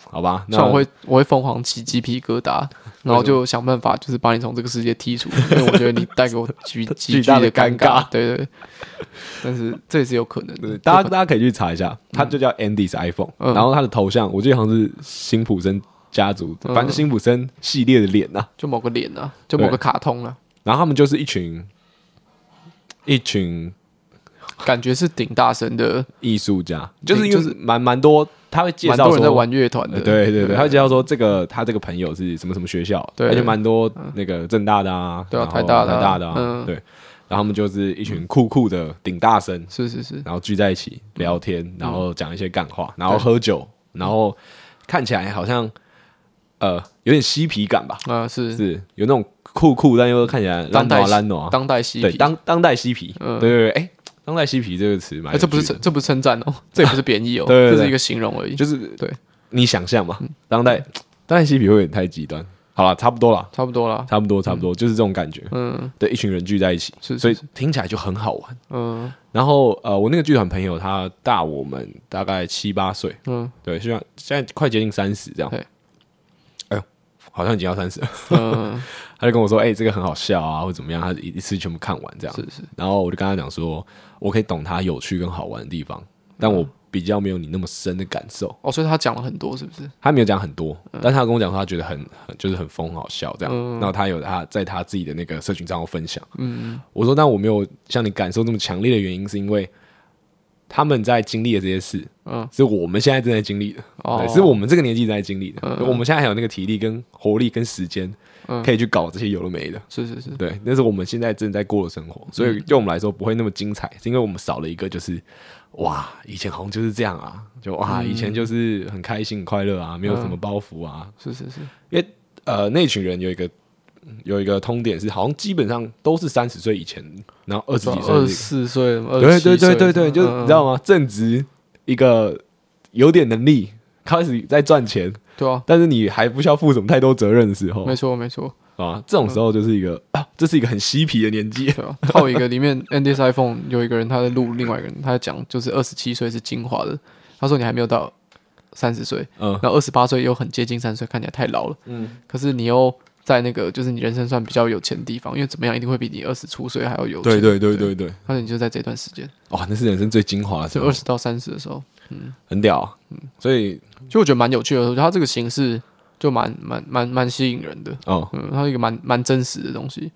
Speaker 1: 好吧？那
Speaker 2: 哦像我会我会疯狂起鸡皮疙瘩，然后就想办法就是把你从这个世界 剔除，因为我觉得你带给我极
Speaker 1: 巨
Speaker 2: 极
Speaker 1: 大
Speaker 2: 大
Speaker 1: 的
Speaker 2: 的
Speaker 1: 尴
Speaker 2: 尴
Speaker 1: 尬
Speaker 2: 尬。对对，但是这也是有可能的
Speaker 1: 对。大
Speaker 2: 有
Speaker 1: 家
Speaker 2: 可
Speaker 1: 大家可以去查一下，它就叫 Andy's iPhone，
Speaker 2: 嗯
Speaker 1: 然后它的头像我记得好像是辛普森家族，
Speaker 2: 嗯
Speaker 1: 反正辛普森系列的脸呐、
Speaker 2: 就某个脸啊，就某
Speaker 1: 对
Speaker 2: 个卡通啊，
Speaker 1: 然后他们就是一群一群
Speaker 2: 感觉是顶大神的，
Speaker 1: 艺术家，就是因
Speaker 2: 就
Speaker 1: 为
Speaker 2: 是
Speaker 1: 蛮蛮多，他会介
Speaker 2: 蛮
Speaker 1: 绍
Speaker 2: 多人在
Speaker 1: 说
Speaker 2: 玩乐团的。
Speaker 1: 呃对对对，他会介
Speaker 2: 对
Speaker 1: 绍说这个他这个朋友是什么什么学校，
Speaker 2: 对嗯
Speaker 1: 而且蛮多那个正大的啊，
Speaker 2: 对啊
Speaker 1: 然后
Speaker 2: 台大的啊
Speaker 1: 台大的啊，
Speaker 2: 嗯
Speaker 1: 对，然后他们就是一群酷酷的顶大生，
Speaker 2: 是是是，
Speaker 1: 然后聚在一起聊天，然
Speaker 2: 嗯
Speaker 1: 后讲一些干话，然后喝酒，然后看起来好像呃有点嬉皮感吧，
Speaker 2: 啊是
Speaker 1: 是有那种酷酷但又看起来烂
Speaker 2: 当代
Speaker 1: 暖烂暖，
Speaker 2: 当代嬉
Speaker 1: 对
Speaker 2: 皮。
Speaker 1: 当当代嬉皮，对
Speaker 2: 嗯
Speaker 1: 对对，哎，当代嬉皮这个词蛮
Speaker 2: 哎，
Speaker 1: 有
Speaker 2: 这不是
Speaker 1: 趣的
Speaker 2: 称这不是称赞哦，这也不是贬义哦，
Speaker 1: 对对对
Speaker 2: 这是一个形容而已。
Speaker 1: 就是
Speaker 2: 对嗯
Speaker 1: 你想象嘛，当代当代嬉皮会有点太极端，好了，差不多了。
Speaker 2: 差不多啦。
Speaker 1: 差不多，差不多，就是这种感觉。
Speaker 2: 嗯
Speaker 1: 对，一群人聚在一起，
Speaker 2: 是是
Speaker 1: 所以听起来就很好玩。
Speaker 2: 嗯
Speaker 1: 然后呃，我那个剧团朋友他大我们大概七八岁，
Speaker 2: 嗯
Speaker 1: 对，现在现在快接近三十这样
Speaker 2: 对。
Speaker 1: 哎呦，好像已经要三十了。
Speaker 2: 嗯，
Speaker 1: 他就跟我说：“哎、这个很好笑啊，或者怎么样。”他一一次全部看完这样。
Speaker 2: 是是。
Speaker 1: 然后我就跟他讲说：“我可以懂他有趣跟好玩的地方，但
Speaker 2: 嗯
Speaker 1: 我比较没有你那么深的感受。”
Speaker 2: 哦，所以他讲了很多，是不是？
Speaker 1: 他没有讲很多，
Speaker 2: 嗯
Speaker 1: 但他跟我讲说他觉得很很就是很疯很好笑这样，然后他有他在他自己的那个社群账号分享，嗯，我说那我没有像你感受这么强烈的原因是因为他们在经历的这些事，嗯
Speaker 2: 嗯，
Speaker 1: 是我们现在正在经历的，
Speaker 2: 哦
Speaker 1: 对，是我们这个年纪在经历的，我们现在还有那个体力跟活力跟时间，
Speaker 2: 嗯
Speaker 1: 可以去搞这些有的没的，
Speaker 2: 是是是，
Speaker 1: 对，那是我们现在正在过的生活，所
Speaker 2: 嗯
Speaker 1: 以对我们来说不会那么精彩，是因为我们少了一个就是哇，以前好像就是这样啊，就哇，以
Speaker 2: 嗯
Speaker 1: 前就是很开心、很快乐啊，没有什么包袱啊。
Speaker 2: 是是是，
Speaker 1: 因为呃，那群人有一个有一个通点是，好像基本上都是三十岁以前，然后二十几岁
Speaker 2: 二
Speaker 1: 的
Speaker 2: 十四岁，嗯
Speaker 1: 对对
Speaker 2: 对
Speaker 1: 对对对，就是你知道吗？正值一个有点能力，开始在赚钱，
Speaker 2: 对啊，
Speaker 1: 但是你还不需要负什么太多责任的时候
Speaker 2: 没错没错，
Speaker 1: 啊，这种时候就是一个、啊，这是一个很嬉皮的年纪。
Speaker 2: 对啊。还有一个里面 Andy's iPhone 有一个人他在录另外一个人，他在讲就是二十七岁是精华的，他说你还没有到三十岁，
Speaker 1: 嗯
Speaker 2: 然后二十八岁又很接近三十岁，看起来太老了，
Speaker 1: 嗯，
Speaker 2: 可是你又在那个就是你人生算比较有钱的地方，因为怎么样一定会比你二十出岁还要有钱，
Speaker 1: 对对对对对，哦
Speaker 2: 他说你就在这段时间，
Speaker 1: 哇，那是人生最精华的时
Speaker 2: 就嗯
Speaker 1: 候
Speaker 2: 二。十到三十的时候，
Speaker 1: 很屌啊、所以
Speaker 2: 就我觉得蛮有趣的，我觉得它这个形式就蛮蛮蛮蛮吸引人的，
Speaker 1: 哦，
Speaker 2: 嗯，它是一个蛮蛮真实的东西。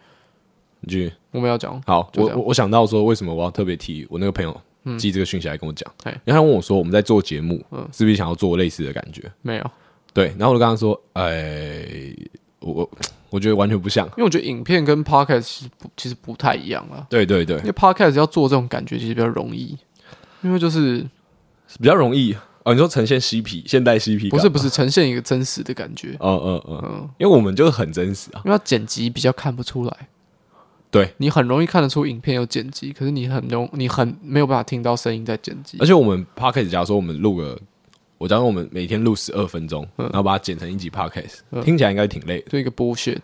Speaker 1: 你去
Speaker 2: 我们要讲，
Speaker 1: 好，
Speaker 2: 就
Speaker 1: 我
Speaker 2: 这样嗯
Speaker 1: 我我想到说，为什么我要特别提我那个朋友寄这个讯息来跟我讲，
Speaker 2: 嘿嗯
Speaker 1: 然后他问我说，我们在做节目，是不是想要做类似的感觉？
Speaker 2: 没有，
Speaker 1: 对，然后我就跟他说，哎、我我我觉得完全不像，
Speaker 2: 因为我觉得影片跟 podcast 其实不其实不太一样啊，
Speaker 1: 对对对
Speaker 2: 因，为 podcast 要做这种感觉其实比较容易，因为就是
Speaker 1: 比较容易哦。你说呈现嬉皮，现代嬉皮感
Speaker 2: 不
Speaker 1: 吗，
Speaker 2: 是不是呈现一个真实的感觉，
Speaker 1: 嗯嗯嗯，因为我们就是很真实啊。
Speaker 2: 因为它剪辑比较看不出来。
Speaker 1: 对，
Speaker 2: 你很容易看得出影片有剪辑，可是你很容你很没有办法听到声音在剪辑
Speaker 1: 而。且我们 podcast 假如说我们录个，我假如我们每天录十二分钟，然后把它剪成一集 podcast，、听起来应该挺累的，
Speaker 2: 就一个 bullshit，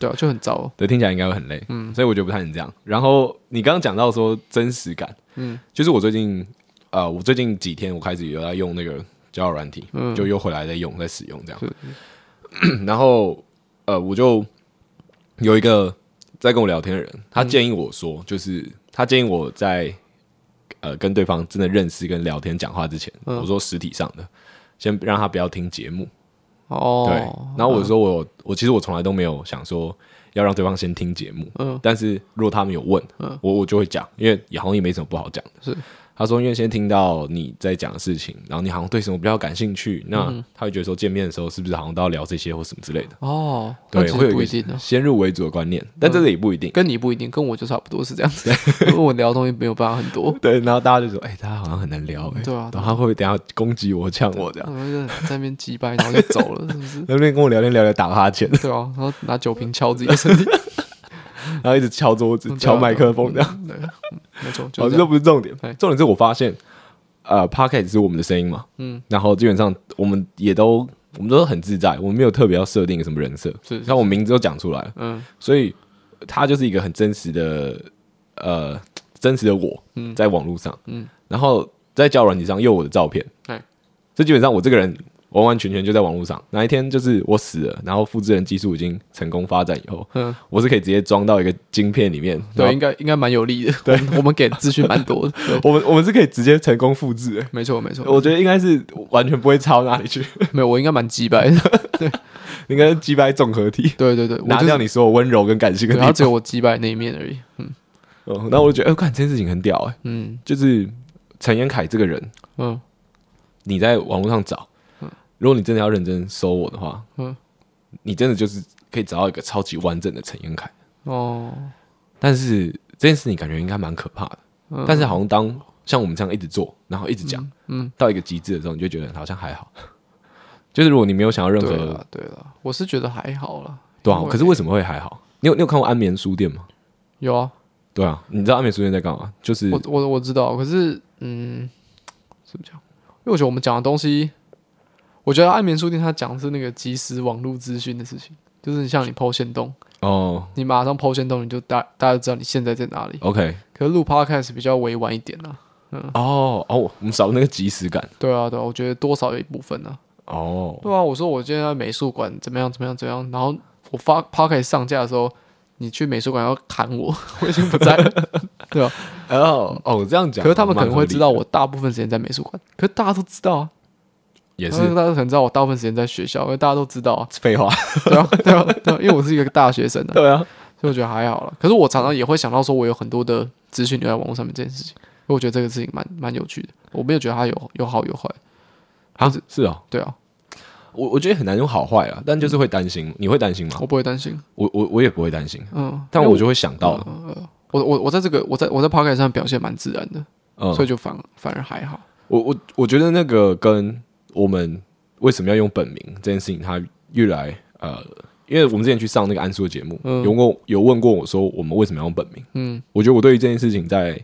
Speaker 2: 对啊， 就很糟。
Speaker 1: 对，听起来应该会很累，哦嗯，所以我觉得不太能这样。然后你刚刚讲到说真实感，嗯，就是我最近呃，我最近几天我开始有在用那个交友软体，就又回来在用，在使用这样。 然后呃，我就有一个在跟我聊天的人，他建议我说，就是他建议我在呃跟对方真的认识跟聊天讲话之前，我说实体上的，先让他不要听节目，
Speaker 2: 哦，
Speaker 1: 对，然后我说我、我其实我从来都没有想说要让对方先听节目，嗯，但是如果他们有问，嗯，我我就会讲，因为也好像也没什么不好讲的。
Speaker 2: 是，
Speaker 1: 他说因为先听到你在讲的事情，然后你好像对什么比较感兴趣，那
Speaker 2: 嗯
Speaker 1: 他会觉得说见面的时候是不是好像都要聊这些或什么之类的，
Speaker 2: 哦，那
Speaker 1: 对，
Speaker 2: 其实
Speaker 1: 会有
Speaker 2: 不一
Speaker 1: 一
Speaker 2: 定
Speaker 1: 个
Speaker 2: 啊，嗯
Speaker 1: 先入为主的观念，但这个也不一定。
Speaker 2: 跟你不一定，跟我就差不多是这样 子，因为我聊的东西没有办法很多。
Speaker 1: 对，然后大家就说：“哎、大家好像很难聊、哎，
Speaker 2: 对啊对
Speaker 1: 然后他会不会等一下攻击我、呛我这样？
Speaker 2: 然后就在那边击败，然后就走了，是不是？
Speaker 1: 在那边跟我聊天聊聊打哈欠，
Speaker 2: 对啊，然后拿酒瓶敲自己的身体，
Speaker 1: 然后一直敲桌子、 敲麦克风这样。
Speaker 2: 样。嗯啊对，嗯没错，
Speaker 1: 哦，这
Speaker 2: 就是
Speaker 1: 都
Speaker 2: 这
Speaker 1: 不是重点
Speaker 2: 哎，
Speaker 1: 重点是我发现，呃 p o c k e t 是我们的声音嘛，嗯，然后基本上我们也都我们都很自在，我们没有特别要设定什么人设，
Speaker 2: 是是
Speaker 1: 像我名字都讲出来了，
Speaker 2: 嗯，
Speaker 1: 所以他就是一个很真实的，呃，真实的我，嗯，在网络上，嗯，然后在交友软体上又有我的照片，
Speaker 2: 哎
Speaker 1: 所以基本上我这个人完完全全就在网络上，哪一天就是我死了，然后复制人技术已经成功发展以后，
Speaker 2: 嗯
Speaker 1: 我是可以直接装到一个晶片里面，然
Speaker 2: 对，
Speaker 1: 后
Speaker 2: 应该应该蛮有利的。对，我们给资讯蛮多的。对，
Speaker 1: 我们我们是可以直接成功复制、哎
Speaker 2: 没错 没错，
Speaker 1: 我觉得应该是完全不会差到哪里去，
Speaker 2: 没有我应该蛮击败的。
Speaker 1: 应该是击败综合体，
Speaker 2: 对对对，我
Speaker 1: 拿
Speaker 2: 就是
Speaker 1: 掉你所有温柔跟感性的
Speaker 2: 对，
Speaker 1: 地
Speaker 2: 然后
Speaker 1: 方
Speaker 2: 只。有我击败那一面而已。
Speaker 1: 嗯然后我就觉得，哎、看这件事情很屌哎、
Speaker 2: 嗯
Speaker 1: 就是陈彦凯这个人，
Speaker 2: 嗯，
Speaker 1: 你在网络上找，如果你真的要认真搜我的话，
Speaker 2: 嗯
Speaker 1: 你真的就是可以找到一个超级完整的陈彦凯。
Speaker 2: 哦，
Speaker 1: 但是这件事情感觉应该蛮可怕的，
Speaker 2: 嗯
Speaker 1: 但是好像当像我们这样一直做，然后一直讲，
Speaker 2: 嗯，
Speaker 1: 到一个极致的时候，你就觉得好像还好。 就是如果你没有想要任
Speaker 2: 对
Speaker 1: 何
Speaker 2: 了对了，我是觉得还好啦。
Speaker 1: 对啊
Speaker 2: 因，为
Speaker 1: 可是为什么会还好？你有你有看过安眠书店吗？
Speaker 2: 有啊，
Speaker 1: 对啊，你知道安眠书店在干嘛？就是
Speaker 2: 我我我知道，可是嗯，怎么讲？因为我觉得我们讲的东西，我觉得安眠书店它讲的是那个即时网络资讯的事情，就是像你抛线动，
Speaker 1: 哦
Speaker 2: 你马上抛线动，你就大大家就知道你现在在哪里。
Speaker 1: ，OK，
Speaker 2: 可是录 podcast 比较委婉一点啦，
Speaker 1: 哦哦，我们少了那个即时感。
Speaker 2: 对啊对啊，我觉得多少有一部分啊。
Speaker 1: 哦，
Speaker 2: 对啊，我说我今天在美术馆怎么样怎么样怎么样，然后我发 podcast 上架的时候，你去美术馆要砍我， 我已经不在了， 对啊。
Speaker 1: 哦哦，这样讲，
Speaker 2: 可是他们可能会知道
Speaker 1: 蛮合理
Speaker 2: 我大部分时间在美术馆，可是大家都知道啊，
Speaker 1: 的，也
Speaker 2: 他们
Speaker 1: 是
Speaker 2: 大家可能知道我大部分时间在学校，因为大家都知道啊，
Speaker 1: 废话。
Speaker 2: 对啊，对啊，对啊，因为我是一个大学生 啊，
Speaker 1: 对啊，
Speaker 2: 所以我觉得还好了。可是我常常也会想到说，我有很多的资讯留在网络上面这件事情，因为我觉得这个事情蛮蛮有趣的，我没有觉得它有有好有坏，
Speaker 1: 啊是哦，
Speaker 2: 对啊，
Speaker 1: 我我觉得很难用好坏啊，但就是会担心，你会担心吗
Speaker 2: 我？不会担心，
Speaker 1: 我我我也不会担心，
Speaker 2: 嗯，
Speaker 1: 但
Speaker 2: 因为嗯
Speaker 1: 我就会想到，
Speaker 2: 我我我在这个我在我在 p o c a s t 上表现蛮自然的，
Speaker 1: 嗯，
Speaker 2: 所以就反反而还好，
Speaker 1: 我我我觉得那个跟我们为什么要用本名这件事情，它越来呃，因为我们之前去上那个安叔的节目，有问过有问过我说我们为什么要用本名？
Speaker 2: 嗯，
Speaker 1: 我觉得我对于这件事情在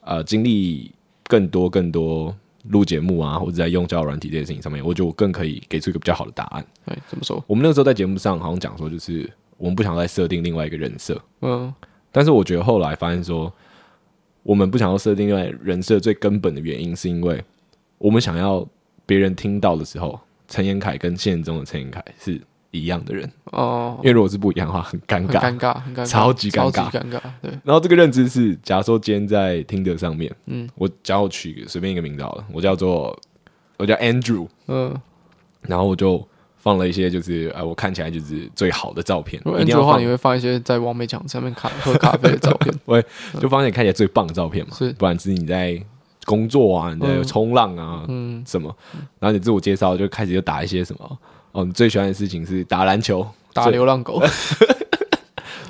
Speaker 1: 呃经历更多更多录节目啊，或者在用交友软体这件事情上面，我觉得我更可以给出一个比较好的答案。
Speaker 2: 哎，怎么说？
Speaker 1: 我们那个时候在节目上好像讲说，就是我们不想再设定另外一个人设，
Speaker 2: 嗯，
Speaker 1: 但是我觉得后来发现说，我们不想要设定另外人设最根本的原因，是因为我们想要别人听到的时候，陈彦凯跟现实中的陈彦凯是一样的人，
Speaker 2: 哦
Speaker 1: 因，为如果是不一样的话，很尴
Speaker 2: 很
Speaker 1: 尬。
Speaker 2: 尴尬，很尴尬，
Speaker 1: 超级尴尬
Speaker 2: 超级尴尬，对，
Speaker 1: 然后这个认知是，假如说今天在听的上面，
Speaker 2: 嗯
Speaker 1: 嗯，我假如我取一个随便一个名字好了，我叫做我叫 Andrew，
Speaker 2: 嗯，
Speaker 1: 然后我就放了一些就是哎、我看起来就是最好的照片，
Speaker 2: 如果
Speaker 1: 一
Speaker 2: N
Speaker 1: 定
Speaker 2: 的
Speaker 1: 要
Speaker 2: 话，
Speaker 1: 放
Speaker 2: 你会放一些在王美奖上面咖喝咖啡的照 片，
Speaker 1: 会就放一些看起来最棒的照片嘛，
Speaker 2: 是
Speaker 1: 不然是你在工作啊，你在
Speaker 2: 嗯
Speaker 1: 冲浪啊、
Speaker 2: 嗯，
Speaker 1: 什么，然后你自我介绍就开始就打一些什么哦，你最喜欢的事情是打篮球，
Speaker 2: 打
Speaker 1: 最
Speaker 2: 流浪狗，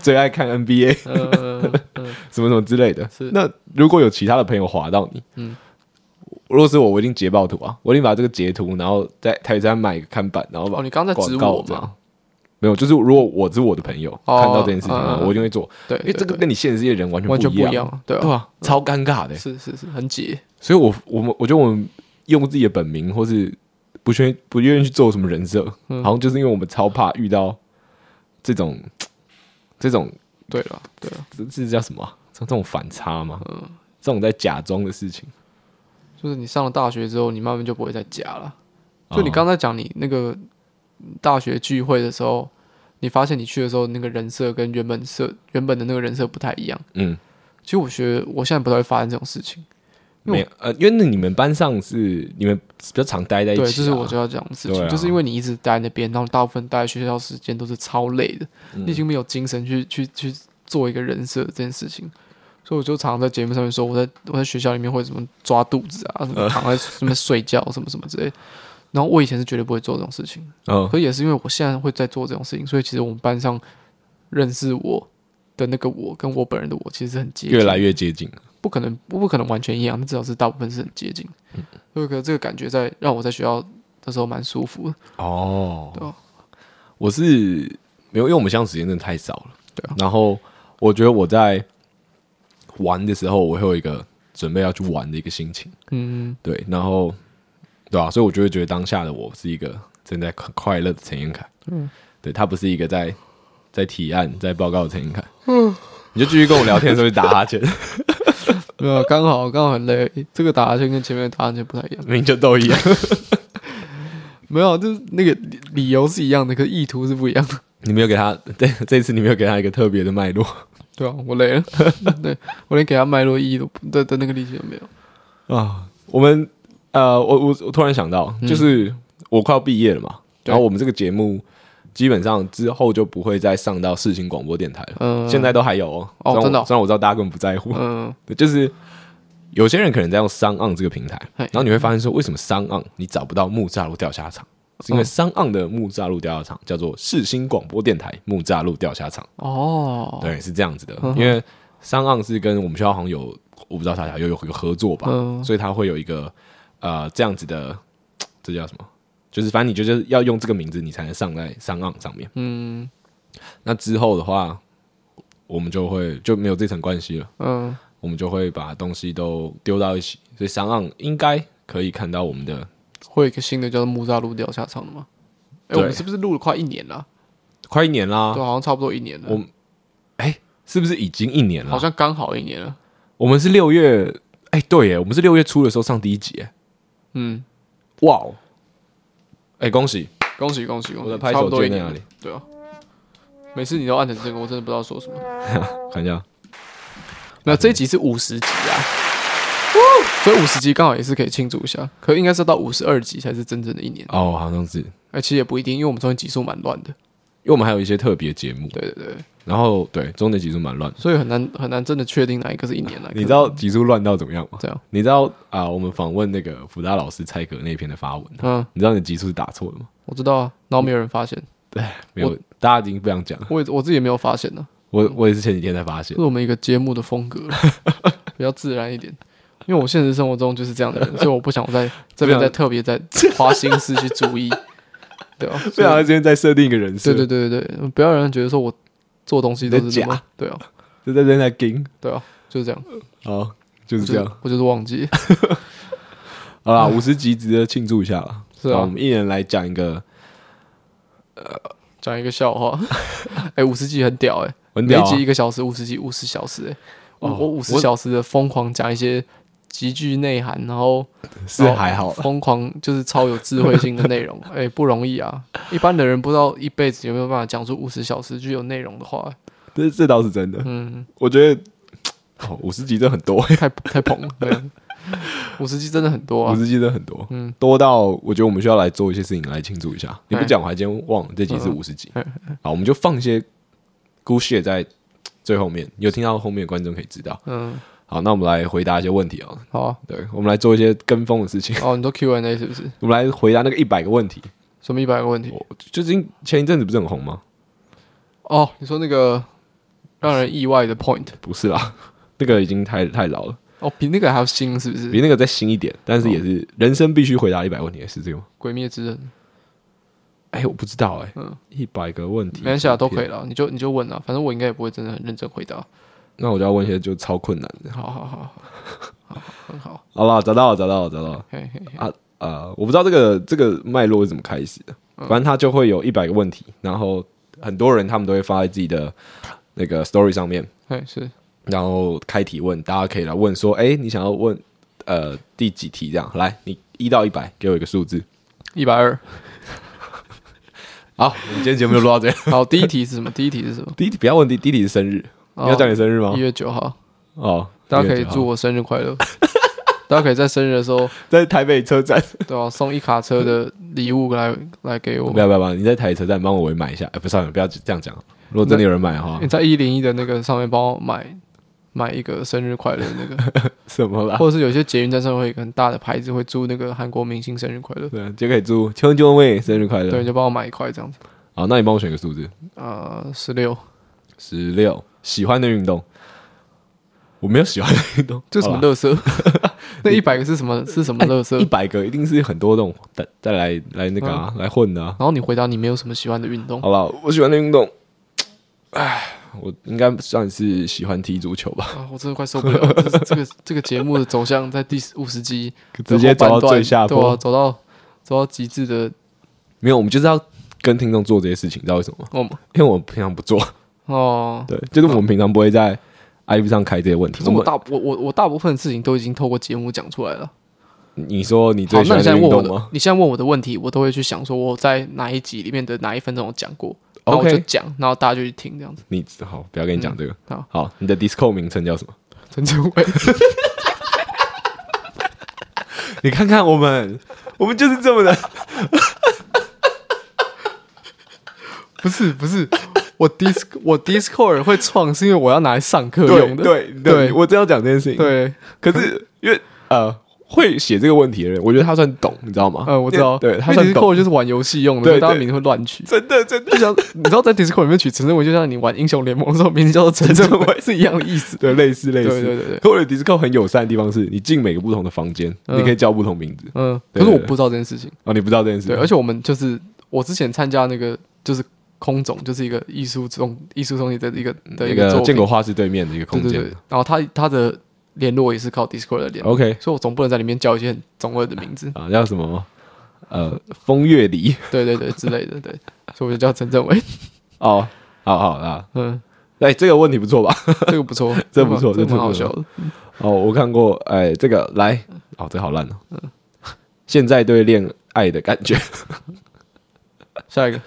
Speaker 1: 最爱看 NBA
Speaker 2: 嗯嗯
Speaker 1: 什么什么之类的
Speaker 2: 是。
Speaker 1: 那如果有其他的朋友划到你，嗯，如果是我，我一定截爆图啊，我一定把这个截图，然后在台山买一个看板，然后把
Speaker 2: 哦，你刚刚在
Speaker 1: 广
Speaker 2: 指
Speaker 1: 告
Speaker 2: 我嘛？
Speaker 1: 嘛。没有，就是如果我是我的朋友、
Speaker 2: 哦
Speaker 1: 看到这件事情的话，
Speaker 2: 嗯嗯
Speaker 1: 我一定会做，
Speaker 2: 对，
Speaker 1: 因为这个
Speaker 2: 对
Speaker 1: 跟你现实界的人完
Speaker 2: 对完全
Speaker 1: 全
Speaker 2: 不
Speaker 1: 一
Speaker 2: 一样，啊，对
Speaker 1: 对
Speaker 2: 啊，
Speaker 1: 啊，超尴尬的欸。
Speaker 2: 是是是，很解，
Speaker 1: 所以我，我们我觉得我们用自己的本名，或是不愿不愿意去做什么人设，
Speaker 2: 嗯
Speaker 1: 好像就是因为我们超怕遇到这种这种
Speaker 2: 对了，对了，
Speaker 1: 这这叫什么啊、这这种反差吗？
Speaker 2: 嗯
Speaker 1: 这种在假装的事情，
Speaker 2: 就是你上了大学之后，你慢慢就不会再假了。就你
Speaker 1: 哦
Speaker 2: 刚才讲你那个大学聚会的时候，你发现你去的时候，那个人设跟原本设原本的那个人设不太一样。
Speaker 1: 嗯，
Speaker 2: 其实我觉得我现在不太会发生这种事情，因为我
Speaker 1: 没有呃，因为那你们班上是你们比较常待在一起、啊，
Speaker 2: 对，这是我就要讲的事情，
Speaker 1: 对啊
Speaker 2: 就是因为你一直待在那边，然后大部分待在学校时间都是超累的，
Speaker 1: 嗯
Speaker 2: 你已经没有精神去去去做一个人设这件事情。所以我就常常在节目上面说，我在我在学校里面会什么抓肚子啊，什
Speaker 1: 呃
Speaker 2: 么躺在什么睡觉，什么什么之类的。然后我以前是绝对不会做这种事情，
Speaker 1: 嗯，
Speaker 2: 可也是因为我现在会在做这种事情，所以其实我们班上认识我的那个我跟我本人的我其实是很接近，
Speaker 1: 越来越接近了。
Speaker 2: 不可能不可能完全一样，但至少是大部分是很接近。所以可能这个感觉在让我在学校的时候蛮舒服的。
Speaker 1: 哦
Speaker 2: 对啊
Speaker 1: 我是没有，因为我们相处时间真的太少了。
Speaker 2: 对啊
Speaker 1: 然后我觉得我在玩的时候，我会有一个准备要去玩的一个心情，
Speaker 2: 嗯，
Speaker 1: 对，然后对啊，所以我就会觉得当下的我是一个正在很快乐的陈彦凯，嗯，对他不是一个在在提案、在报告的陈彦凯，嗯， 你就继续跟我聊天的时候就打哈欠，
Speaker 2: 没有，啊刚好刚好很累。这个打哈欠跟前面的打哈欠不太一样，
Speaker 1: 明明就都一样，
Speaker 2: 没有，啊就是那个理理由是一样的，可是意图是不一样的。
Speaker 1: 你没有给他这这次你没有给他一个特别的脉络，
Speaker 2: 对啊，我累了， 对我连给他脉络意义都不的的那个力气都没有。
Speaker 1: 啊，我们呃，我我我突然想到，就是我快要毕业了嘛，
Speaker 2: 嗯对
Speaker 1: 然后我们这个节目基本上之后就不会再上到世新广播电台了，
Speaker 2: 嗯
Speaker 1: 现在都还有哦。虽
Speaker 2: 哦
Speaker 1: 然我
Speaker 2: 真的哦
Speaker 1: 虽然我知道大家根本不在乎，
Speaker 2: 嗯，
Speaker 1: 对 就是有些人可能在用商岸这个平台，
Speaker 2: 嘿
Speaker 1: 然后你会发现说，为什么商岸你找不到木栅路钓虾场？是
Speaker 2: 嗯
Speaker 1: 因为商岸的木栅路钓虾场叫做世新广播电台木栅路钓虾场。
Speaker 2: 哦，
Speaker 1: 对，是这样子的，因为商岸是跟我们学校好像有，我不知道大家有有有合作吧，
Speaker 2: 嗯
Speaker 1: 所以它会有一个呃这样子的，这叫什么？就是反正你就是要用这个名字，你才能上在商岸上面。
Speaker 2: 嗯
Speaker 1: 那之后的话，我们就会就没有这层关系了，
Speaker 2: 嗯，
Speaker 1: 我们就会把东西都丢到一起，所以商岸应该可以看到我们的。
Speaker 2: 会有一个新的叫做木栅路掉下场的吗？哎、
Speaker 1: 对
Speaker 2: 我们是不是录了快一年了啊？
Speaker 1: 快一年啦
Speaker 2: 对，，啊好像差不多一年了。
Speaker 1: 我是不是已经一年
Speaker 2: 好
Speaker 1: 了？
Speaker 2: 像刚好一年了。
Speaker 1: 我们是六月，哎、对耶，我们是六月初的时候上第一集耶，
Speaker 2: 嗯，
Speaker 1: 哇哦，哎、恭喜！
Speaker 2: 恭喜恭喜恭
Speaker 1: 我的
Speaker 2: 喜！
Speaker 1: 拍
Speaker 2: 差不
Speaker 1: 手
Speaker 2: 多一
Speaker 1: 键在
Speaker 2: 年
Speaker 1: 哪
Speaker 2: 了
Speaker 1: 里？
Speaker 2: 对啊，每次你都按成这个，我真的不知道说什么。
Speaker 1: 看一下，
Speaker 2: 那这一集是五十集啊，所以五十集刚好也是可以庆祝一下。可应该是要到五十二集才是真正的一年。
Speaker 1: 哦，好像是，因
Speaker 2: 哎，其实也不一定，因为我们中间集数蛮乱的。
Speaker 1: 为我们还有一些特别节目，
Speaker 2: 对对对，
Speaker 1: 然后对中间集数蛮乱的。
Speaker 2: 所以很难很难真的确定哪一个是一年来。啊
Speaker 1: 你知道集数乱到怎么样吗？
Speaker 2: 这样？
Speaker 1: 你知道啊、我们访问那个福大老师蔡格那篇的发文，
Speaker 2: 嗯，
Speaker 1: 你知道你的集数是打错了吗？
Speaker 2: 我知道啊，然后没有人发现，
Speaker 1: 没有，大家已经不想讲了。
Speaker 2: 我也我自己也没有发现呢、
Speaker 1: 我我也是前几天才发现
Speaker 2: 这是，我们一个节目的风格， 比较自然一点。因为我现实生活中就是这样的人，所以我不想在这边
Speaker 1: 不想
Speaker 2: 再特别再花心思去注意， 对啊，
Speaker 1: 不
Speaker 2: 所以
Speaker 1: 想在这边再设定一个人设，
Speaker 2: 对对对对对，不要让人觉得说我做东西都是
Speaker 1: 你在
Speaker 2: 那么
Speaker 1: 假
Speaker 2: 对啊
Speaker 1: 就在这边在盯，
Speaker 2: 对啊，就是这样，
Speaker 1: 好，就是
Speaker 2: 我
Speaker 1: 这
Speaker 2: 就
Speaker 1: 样。
Speaker 2: 我就是忘记，
Speaker 1: 好啦，五十集值得庆祝一下了。
Speaker 2: 是啊
Speaker 1: 好我们一人来讲一个
Speaker 2: 讲一个笑话， 哎，五十集很屌哎，
Speaker 1: 很
Speaker 2: 每
Speaker 1: 屌啊
Speaker 2: 集一个小时，五十集五十小时哎，我
Speaker 1: 哦
Speaker 2: 我五十
Speaker 1: 我
Speaker 2: 小时的疯狂讲一些极具内涵，然后
Speaker 1: 是还好
Speaker 2: 然后，疯狂就是超有智慧性的内 容，哎、不容易啊！一般的人不知道一辈子有没有办法讲出五十小时具有内容的话，
Speaker 1: 这这倒是真的。
Speaker 2: 嗯，
Speaker 1: 我觉得哦，五十集真的很多，
Speaker 2: 太太捧了，对，啊五十集真的很多
Speaker 1: 五
Speaker 2: 啊，
Speaker 1: 十集真的很多，
Speaker 2: 嗯
Speaker 1: 多到我觉得我们需要来做一些事情来庆祝一下。你不
Speaker 2: 哎
Speaker 1: 讲，我还今天忘了这集是
Speaker 2: 嗯
Speaker 1: 五十集。好，我们就放一些 good shit 在最后面，有听到后面的观众可以知道。
Speaker 2: 嗯，
Speaker 1: 好，那我们来回答一些问题啊。
Speaker 2: 好啊，
Speaker 1: 对，我们来做一些跟风的事情。
Speaker 2: 哦，你都 Q&A 是不是？
Speaker 1: 我们来回答那个一百个问题。
Speaker 2: 什么一百个问题？
Speaker 1: 我就是因前一阵子不是很红吗？
Speaker 2: 哦，你说那个让人意外的 point，
Speaker 1: 不是啦， 那个已经太太老了，
Speaker 2: 哦，比那个还要新是不是？哦
Speaker 1: 比
Speaker 2: 《
Speaker 1: 那个再新一点，但是也是、人生必须回答一百问题，是这个吗？
Speaker 2: 鬼灭之刃》
Speaker 1: 哎、我不知道哎、
Speaker 2: 嗯
Speaker 1: 一百个问题，
Speaker 2: 没关系啊，都可以
Speaker 1: 了。
Speaker 2: 了，你就你就问啊，反正我应该也不会真的很认真回答。
Speaker 1: 那我就要问一些就超困难的。
Speaker 2: 好好好好，好很好，
Speaker 1: 好啦，找到了，找到了，找到了。
Speaker 2: 嘿嘿嘿，
Speaker 1: 呃，我不知道这个这个脉络是怎么开始的，
Speaker 2: 嗯
Speaker 1: 反正他就会有一百个问题，然后很多人他们都会发在自己的那个 story 上面，
Speaker 2: 嘿是，
Speaker 1: 然后开提问，大家可以来问说，哎、你想要问呃第几题这样？来，你一到一百，给我一个数字。
Speaker 2: 一百二。
Speaker 1: 好，我们今天节目就录到这 样。
Speaker 2: 好，第一题是什么？第一题是什么？
Speaker 1: 第一题不要问第第一题是生日，你要讲你生日吗
Speaker 2: 一？月九号，
Speaker 1: 哦，
Speaker 2: 哦大家可
Speaker 1: 1月
Speaker 2: 以
Speaker 1: 9号
Speaker 2: 祝我生日快乐。大家可以在生日的时候，
Speaker 1: 在台北车站，
Speaker 2: 对吧、送一卡车的礼物来来给我
Speaker 1: 不。要不要不要，你在台北车站帮我买一下。哎、不算了，不要这样讲。如果真的有人买的话
Speaker 2: 你，在一零一的那个上面帮我买买一个生日快乐的那个，
Speaker 1: 什么啦？
Speaker 2: 或者是有些捷运站上面会有一个很大的牌子会祝那个韩国明星生日快乐，
Speaker 1: 对，就可以祝秋秋妹生日快乐。
Speaker 2: 对，你就帮我买一块这样子。
Speaker 1: 好，那你帮我选个数字，
Speaker 2: 呃，十六，
Speaker 1: 十六。喜欢的运动，我没有喜欢的运动，
Speaker 2: 这什么乐色？ 那一百个是什么？是什
Speaker 1: 哎
Speaker 2: 么乐色
Speaker 1: 一？百个一定是很多这种再再来来那个啊，
Speaker 2: 嗯
Speaker 1: 来混的啊。
Speaker 2: 然后你回答你没有什么喜欢的运动
Speaker 1: 好了，我喜欢的运动，哎，我应该算是喜欢踢足球吧，
Speaker 2: 啊！我真的快受不了了，这这个这个节目的走向在第五十集
Speaker 1: 直接走到最下
Speaker 2: 对啊，
Speaker 1: 坡。
Speaker 2: 走到走到极致的
Speaker 1: 没有，我们就是要跟听众做这些事情，知道为什么吗？
Speaker 2: 哦
Speaker 1: 因为我们平常不做，
Speaker 2: 哦。
Speaker 1: 对，就是我们平常不会在 I P 上开这些问题
Speaker 2: 可。是
Speaker 1: 我
Speaker 2: 我
Speaker 1: 们
Speaker 2: 大我我我大部分事情都已经透过节目讲出来了。
Speaker 1: 你说你
Speaker 2: 好
Speaker 1: 最，喜
Speaker 2: 那
Speaker 1: 欢
Speaker 2: 你现在
Speaker 1: 的
Speaker 2: 问
Speaker 1: 运
Speaker 2: 我
Speaker 1: 动
Speaker 2: 的
Speaker 1: 吗，
Speaker 2: 你现在问我的问题，我都会去想说我在哪一集里面的哪一分钟我讲过，然后我就
Speaker 1: ？OK，
Speaker 2: 讲，然后大家就去听这样子。
Speaker 1: 你好，不要跟你讲这个。
Speaker 2: 好，
Speaker 1: 好，你的 Disco 名称叫什么？
Speaker 2: 陈志伟，
Speaker 1: 你看看我们，我们就是这么 的。
Speaker 2: 不是不是，我 dis 我 Discord 会创是因为我要拿来上课
Speaker 1: 对
Speaker 2: 用的。
Speaker 1: 对
Speaker 2: 对
Speaker 1: 我真要讲这件事情。，
Speaker 2: 对，
Speaker 1: 可是因为呃，会写这个问题的人，我觉得他算懂，你知 道吗？
Speaker 2: 呃，我知道，
Speaker 1: 对他
Speaker 2: 因为
Speaker 1: 算懂，
Speaker 2: Discord 就是玩游戏用的，
Speaker 1: 对
Speaker 2: 所以大家
Speaker 1: 对
Speaker 2: 名字会乱取。
Speaker 1: 真的真的
Speaker 2: 就像你知道，在 Discord 里面取陈正伟，就像你玩英雄联盟的时候，名字叫做 陈正伟是一样的意思。
Speaker 1: 对，类似类
Speaker 2: 对
Speaker 1: 似。
Speaker 2: 对对对，
Speaker 1: 可我的 Disco 很友善的地方是，你进每个不同的房间，
Speaker 2: 嗯
Speaker 1: 你可以叫不同名字
Speaker 2: 嗯，
Speaker 1: 对
Speaker 2: 可是
Speaker 1: 对
Speaker 2: 我
Speaker 1: 对
Speaker 2: 不知道这件事情。
Speaker 1: 哦，你不知道这件事
Speaker 2: 对，而且我们就是我之前参加那个就是空总，就是一个艺术中艺术中心的一个的
Speaker 1: 嗯那
Speaker 2: 一个
Speaker 1: 个
Speaker 2: 作
Speaker 1: 建
Speaker 2: 品，
Speaker 1: 国画室对面的一个
Speaker 2: 对
Speaker 1: 空
Speaker 2: 对
Speaker 1: 间
Speaker 2: 对。然后他他的联络也是靠 Discord 的联络，
Speaker 1: OK，
Speaker 2: 所以我总不能在里面叫一些很中二的名字
Speaker 1: 啊，叫什么？呃，风月梨
Speaker 2: 对对对之类的，对，所以我就叫陈正伟。
Speaker 1: 哦，好好啦，
Speaker 2: 嗯，
Speaker 1: 哎，这个问题不错吧？，
Speaker 2: 这个不错
Speaker 1: 这不错
Speaker 2: 这
Speaker 1: 这不错
Speaker 2: 蛮好笑的。
Speaker 1: 哦，我看过，哎，这个来，哦，这个好烂哦。现在对恋爱的感觉，
Speaker 2: 下一个，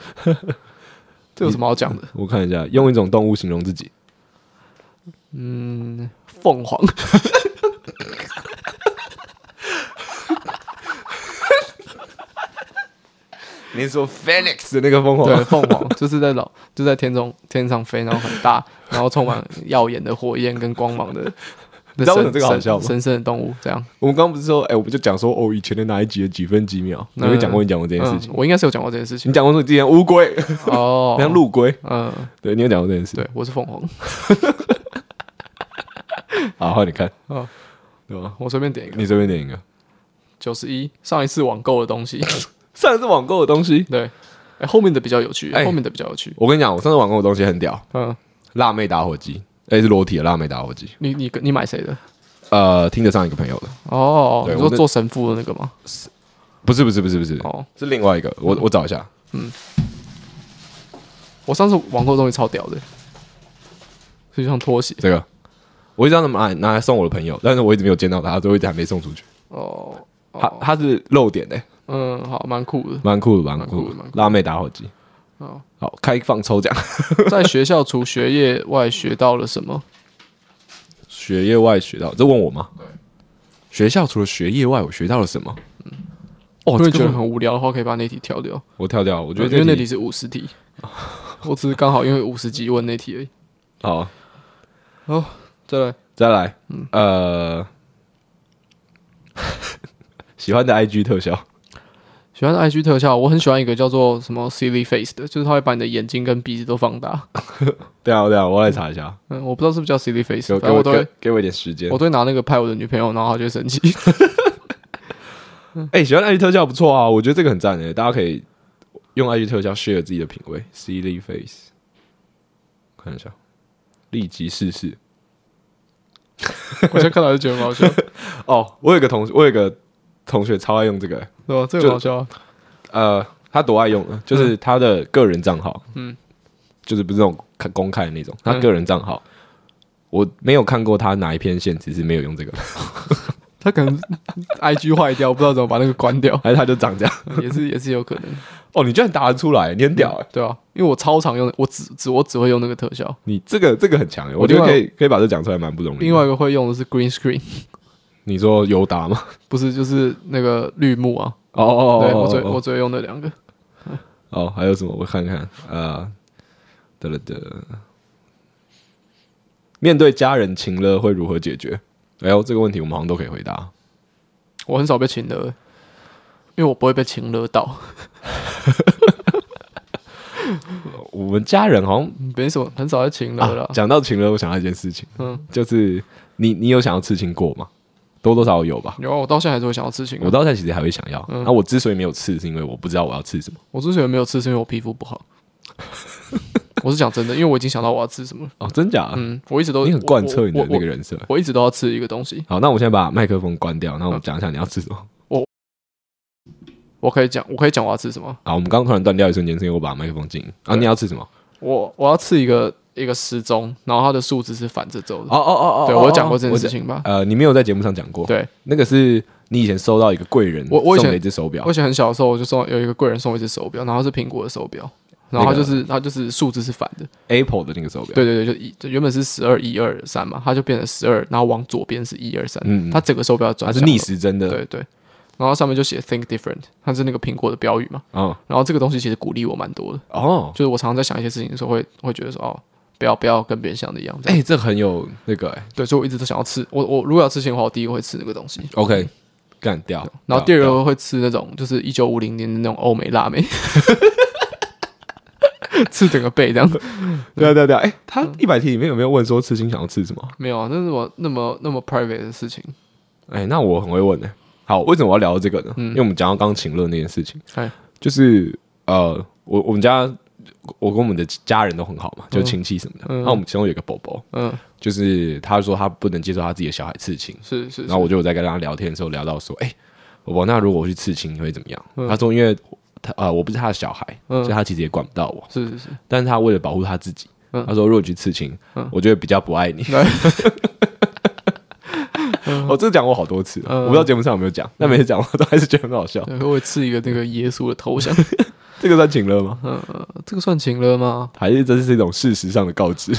Speaker 2: 这有什么好讲的？
Speaker 1: 我看一下，用一种动物形容自己，
Speaker 2: 嗯，凤凰，
Speaker 1: 你说 Phoenix 的那个凤凰，
Speaker 2: 对，凤凰就是在老就在天中天上飞，然后很大，然后充满耀眼的火焰跟光芒的。
Speaker 1: 知
Speaker 2: 你
Speaker 1: 道为什么这个好笑吗
Speaker 2: 神圣的动物，这样。
Speaker 1: 我们刚刚不是说，哎、我们就讲说，哦，以前的哪一集的几分几秒，你有讲过你讲过这件事情，
Speaker 2: 嗯，我应该是有讲过这件事 情
Speaker 1: 你。讲过说你之前乌龟，
Speaker 2: 哦，
Speaker 1: 像陆龟，
Speaker 2: 嗯，
Speaker 1: 对你有讲过这件事。
Speaker 2: 对，我是凤凰，
Speaker 1: 好，好，你看，
Speaker 2: 嗯
Speaker 1: 对吧？
Speaker 2: 我随便点一个
Speaker 1: 你随便点一个，
Speaker 2: 九十一，91, 上一次网购的东西。
Speaker 1: 上一次网购的东西，
Speaker 2: 对，哎，后面的比较有趣，
Speaker 1: 哎
Speaker 2: 后面的比较有趣。
Speaker 1: 我跟你讲，我上次网购的东西很屌，
Speaker 2: 嗯，
Speaker 1: 辣妹打火机，哎、是裸体的辣妹打火机，
Speaker 2: 你你你买谁的？
Speaker 1: 呃，听得上一个朋友的，
Speaker 2: 哦，
Speaker 1: 对
Speaker 2: 你
Speaker 1: 我
Speaker 2: 说
Speaker 1: 那
Speaker 2: 做神父的那个吗？
Speaker 1: 不是，不是，不是，不是，
Speaker 2: 哦，
Speaker 1: 是另外一个，我我找一下，
Speaker 2: 我上次网购的东西超屌的，就像拖鞋，
Speaker 1: 这个我一直让他们拿拿来送我的朋友，但是我一直没有见到他，所以我一直还没送出去。
Speaker 2: 哦，
Speaker 1: 他他是漏点的、
Speaker 2: 嗯，好，蛮酷的。
Speaker 1: 蛮酷的，蛮
Speaker 2: 酷的
Speaker 1: 酷的
Speaker 2: 蛮。
Speaker 1: 辣妹打火机，
Speaker 2: 哦，
Speaker 1: 好，开放抽奖，
Speaker 2: 在学校除学业外学到了什么？
Speaker 1: 学业外学到，这问我吗？学校除了学业外，我学到了什么？哦，
Speaker 2: 如果
Speaker 1: 这
Speaker 2: 你觉
Speaker 1: 个
Speaker 2: 得很无聊的话，可以把那题挑掉。
Speaker 1: 我跳掉，我
Speaker 2: 我
Speaker 1: 觉得
Speaker 2: 呃因为那
Speaker 1: 这
Speaker 2: 题
Speaker 1: 题
Speaker 2: 是五 十题，我只是刚好因为五十几问那题而已。
Speaker 1: 好，啊
Speaker 2: 再来，
Speaker 1: 再来，
Speaker 2: 嗯
Speaker 1: 呃， 喜欢的 IG 特效，
Speaker 2: 喜欢的 IG 特效，我很喜欢一个叫做什么 Silly Face 的，就是它会把你的眼睛跟鼻子都放大。
Speaker 1: 对啊，对啊，我来查一下，
Speaker 2: 嗯，我不知道是不是叫 Silly Face，
Speaker 1: 给我给
Speaker 2: 嗯反正
Speaker 1: 我
Speaker 2: 我都会
Speaker 1: 给给我一点时间
Speaker 2: 我。都会拿那个拍我的女朋友，然后她就 会生气。
Speaker 1: 哎，喜欢 IG 特效不错啊，我觉得这个很赞诶，大家可以用 IG 特效 share 自己的品味。Silly face，看一下，立即试试。
Speaker 2: 我现在看到就觉得很好笑，对
Speaker 1: 哦，我有个同我有个同学超爱用这个、
Speaker 2: 吧？这个很好笑啊，
Speaker 1: 呃，他多爱用呢，就是他的个人账号，嗯，就是不是那种看公开的那种，他个人账号，我没有看过他哪一篇线其实没有用这个，
Speaker 2: 他可能 IG 坏掉，不知道怎么把那个关掉，
Speaker 1: 还是他就长这样。
Speaker 2: 也是也是有可能。
Speaker 1: 哦，你居然答得出来，你很屌哎、
Speaker 2: 对啊，因为我超常用的，我只只我只会用那个特效。
Speaker 1: 你这个这个很强哎、
Speaker 2: 我
Speaker 1: 我觉
Speaker 2: 另
Speaker 1: 得
Speaker 2: 外
Speaker 1: 可以可以把这讲出来，蛮不容易的。
Speaker 2: 另外一个会用的是 green screen，
Speaker 1: 你说尤达吗？
Speaker 2: 不是就是那个绿幕啊。
Speaker 1: 哦哦哦，
Speaker 2: 对我只
Speaker 1: 哦
Speaker 2: 我只会用那两个。
Speaker 1: 哦，还有什么？我看看，呃，得了得了，面对家人情了会如何解决？哎呦，这个问题我们好像都可以回答。
Speaker 2: 我很少被请了，因为我不会被请了到，
Speaker 1: 我们家人好像
Speaker 2: 没什么，很少在请了啦
Speaker 1: 啊。讲、到情了，我想到一件事情，
Speaker 2: 嗯，
Speaker 1: 就是你你有想要刺青过吗？多多少少有吧。
Speaker 2: 有啊，我到现在还是会想要刺青啊。
Speaker 1: 我
Speaker 2: 我
Speaker 1: 到现在其实还会想要。那、
Speaker 2: 嗯
Speaker 1: 我之所以没有刺，是因为我不知道我要刺什么。
Speaker 2: 我之前没有刺，是因为我皮肤不好。我是讲真的，因为我已经想到我要刺什么了。
Speaker 1: 哦，真假？
Speaker 2: 嗯，我一直都
Speaker 1: 你很贯彻你的
Speaker 2: 我我
Speaker 1: 那个
Speaker 2: 我
Speaker 1: 人设。
Speaker 2: 我一直都要刺一个东西。
Speaker 1: 好，那我现在把麦克风关掉，那我们讲一下你要刺什么。
Speaker 2: 我可以讲，我可以讲我要刺什么。
Speaker 1: 啊，我们刚刚突然断掉一瞬间，是因为我把麦克风静音。啊，你要刺什么？
Speaker 2: 我我要刺一个一个时钟，然后它的数字是反着走的。
Speaker 1: 哦哦哦哦，
Speaker 2: 对，
Speaker 1: 哦
Speaker 2: 我有讲过这件
Speaker 1: 我
Speaker 2: 事情吧？
Speaker 1: 呃，你没有在节目上讲过，
Speaker 2: 对，
Speaker 1: 那个是你以前收到一个贵人
Speaker 2: 我我以前
Speaker 1: 送的一只手表
Speaker 2: 我以，前很小的时候，我就送有一个贵人送我一只手表，然后是苹果的手表，然后它就是它就是数字是反的。
Speaker 1: Apple 的那个手表，
Speaker 2: 对对对，就一就原本是十二一二三嘛，它就变成十二，然后往左边是一二三，
Speaker 1: 嗯嗯
Speaker 2: 它整个手表转
Speaker 1: 它
Speaker 2: 向
Speaker 1: 是逆时针
Speaker 2: 了，
Speaker 1: 的，
Speaker 2: 对对。然后上面就写 “Think Different”，它是那个苹果的标语嘛。
Speaker 1: 哦
Speaker 2: 然后这个东西其实鼓励我蛮多的，
Speaker 1: 哦，
Speaker 2: 就是我常常在想一些事情的时候会，会觉得说哦，不要不要跟别人想的一样。这样
Speaker 1: 哎，这很有那个哎
Speaker 2: 对，所以我一直都想要吃。我我如果要吃钱的话，我第一个会吃那个东西。
Speaker 1: ，OK，干掉，
Speaker 2: 然后第二
Speaker 1: 掉
Speaker 2: 个会吃那种就是一九五零年的那种欧美辣妹， 吃整个背这样子。
Speaker 1: 掉对啊对啊对啊，哎，他一百题里面有没有问说刺青想要刺什么？
Speaker 2: 没有，啊，那是我那么那么 private 的事情。
Speaker 1: 哎，那我很会问哎，好，为什么我要聊这个呢？因为我们讲到刚刚情乐那件事情
Speaker 2: 哎，
Speaker 1: 就是呃，我我们家我跟我们的家人都很好嘛，就是亲戚什么的，
Speaker 2: 嗯
Speaker 1: 那我们其中有一个宝宝，
Speaker 2: 嗯，
Speaker 1: 就是他说他不能接受他自己的小孩刺青。
Speaker 2: 是是
Speaker 1: 然后我就有在跟他聊天的时候聊到说，哎、宝宝，那如果我去刺青，你会怎么样？他说，因为他呃，我不是他的小孩，
Speaker 2: 嗯
Speaker 1: 所以他其实也管不到我，
Speaker 2: 是是是，
Speaker 1: 但是他为了保护他自己，
Speaker 2: 嗯
Speaker 1: 他说，如果你去刺青，
Speaker 2: 嗯
Speaker 1: 我就会比较不 爱你。 我这讲过好多次了，
Speaker 2: 嗯
Speaker 1: 我不知道节目上有没有讲，但每次讲我都还是觉得很好笑。
Speaker 2: 对，我会吃一个那个耶稣的头像。
Speaker 1: 这个算情乐吗？
Speaker 2: 嗯，这个算情了吗？
Speaker 1: 还是这是一种事实上的告知？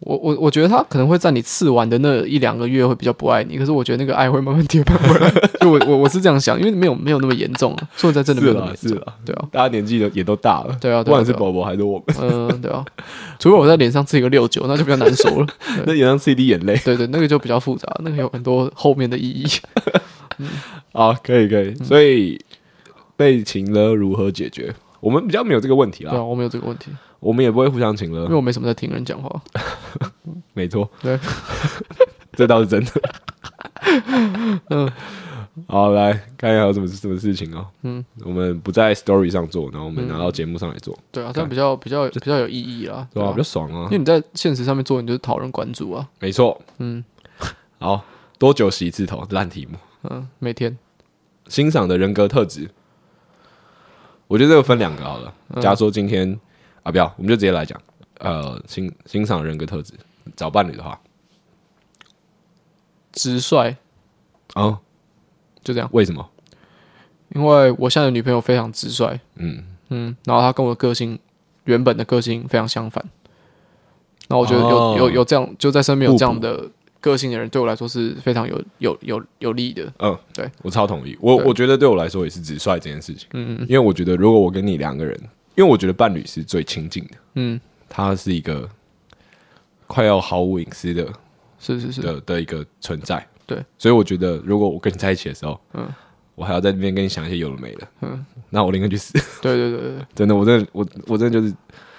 Speaker 2: 我我我觉得他可能会在你刺完的那一两个月会比较不爱你，可是我觉得那个爱会慢慢 跌半回来。就我我我是这样想，因为没有没有那么严重啊，说实在真的没
Speaker 1: 是
Speaker 2: 有那么
Speaker 1: 啦，
Speaker 2: 严
Speaker 1: 是
Speaker 2: 重。
Speaker 1: 啦，
Speaker 2: 对啊，
Speaker 1: 大家年纪都也都大了，
Speaker 2: 对啊对啊
Speaker 1: 不管是
Speaker 2: 对啊
Speaker 1: 宝宝还是我们，
Speaker 2: 嗯，对啊，除非我在脸上刺一个六九，那就比较难受了。
Speaker 1: 那也让 CD 眼泪。
Speaker 2: 对对，那个就比较复杂，那个有很多后面的意义。
Speaker 1: 啊，可以可以，
Speaker 2: 嗯
Speaker 1: 所以被请了如何解决？我们比较没有这个问题
Speaker 2: 对啊，
Speaker 1: 啦，
Speaker 2: 我没有这个问题，
Speaker 1: 我们也不会互相请
Speaker 2: 因
Speaker 1: 了
Speaker 2: 为，我没什么在听人讲话。
Speaker 1: 没错，
Speaker 2: 对，
Speaker 1: 这倒是真的。嗯，好，来看一下有什么什么事情哦。嗯，我们不在 story 上做，然后我们拿到节目上来做，
Speaker 2: 对啊，这样比较比较比较有意义啦，
Speaker 1: 对
Speaker 2: 吧、
Speaker 1: 吧？比较爽啊
Speaker 2: 因，为你在现实上面做，你就是讨人关注啊。
Speaker 1: 没错。
Speaker 2: 嗯
Speaker 1: 好，多久洗一次头？烂题目。
Speaker 2: 嗯，每天
Speaker 1: 欣赏的人格特质，我觉得这个分两个好了。假如说今天、啊，不要，我们就直接来讲，呃，欣欣赏人格特质，找伴侣的话，
Speaker 2: 直率，
Speaker 1: 哦，
Speaker 2: 就这样。
Speaker 1: 为什么？
Speaker 2: 因为我现在的女朋友非常直率，
Speaker 1: 嗯，
Speaker 2: 嗯，然后她跟我的个性原本的个性非常相反，然后我觉得有、
Speaker 1: 哦
Speaker 2: 有有这样就在身边有
Speaker 1: 互补
Speaker 2: 这样的个性的人，对我来说是非常有有有有利的。
Speaker 1: 我超同意。我
Speaker 2: 对
Speaker 1: 我觉得对我来说也是直率这件事情，
Speaker 2: 嗯
Speaker 1: 因为我觉得如果我跟你两个人，因为我觉得伴侣是最亲近的，
Speaker 2: 嗯，
Speaker 1: 他是一个快要毫无隐私的
Speaker 2: 是是是，
Speaker 1: 的的一个存在。
Speaker 2: 对，
Speaker 1: 所以我觉得如果我跟你在一起的时候，
Speaker 2: 嗯
Speaker 1: 嗯，我还要在那边跟你想一些有的没的，
Speaker 2: 嗯
Speaker 1: 嗯，那我宁愿去死。
Speaker 2: 对对对对对。
Speaker 1: 真的，我真的，我我真的就是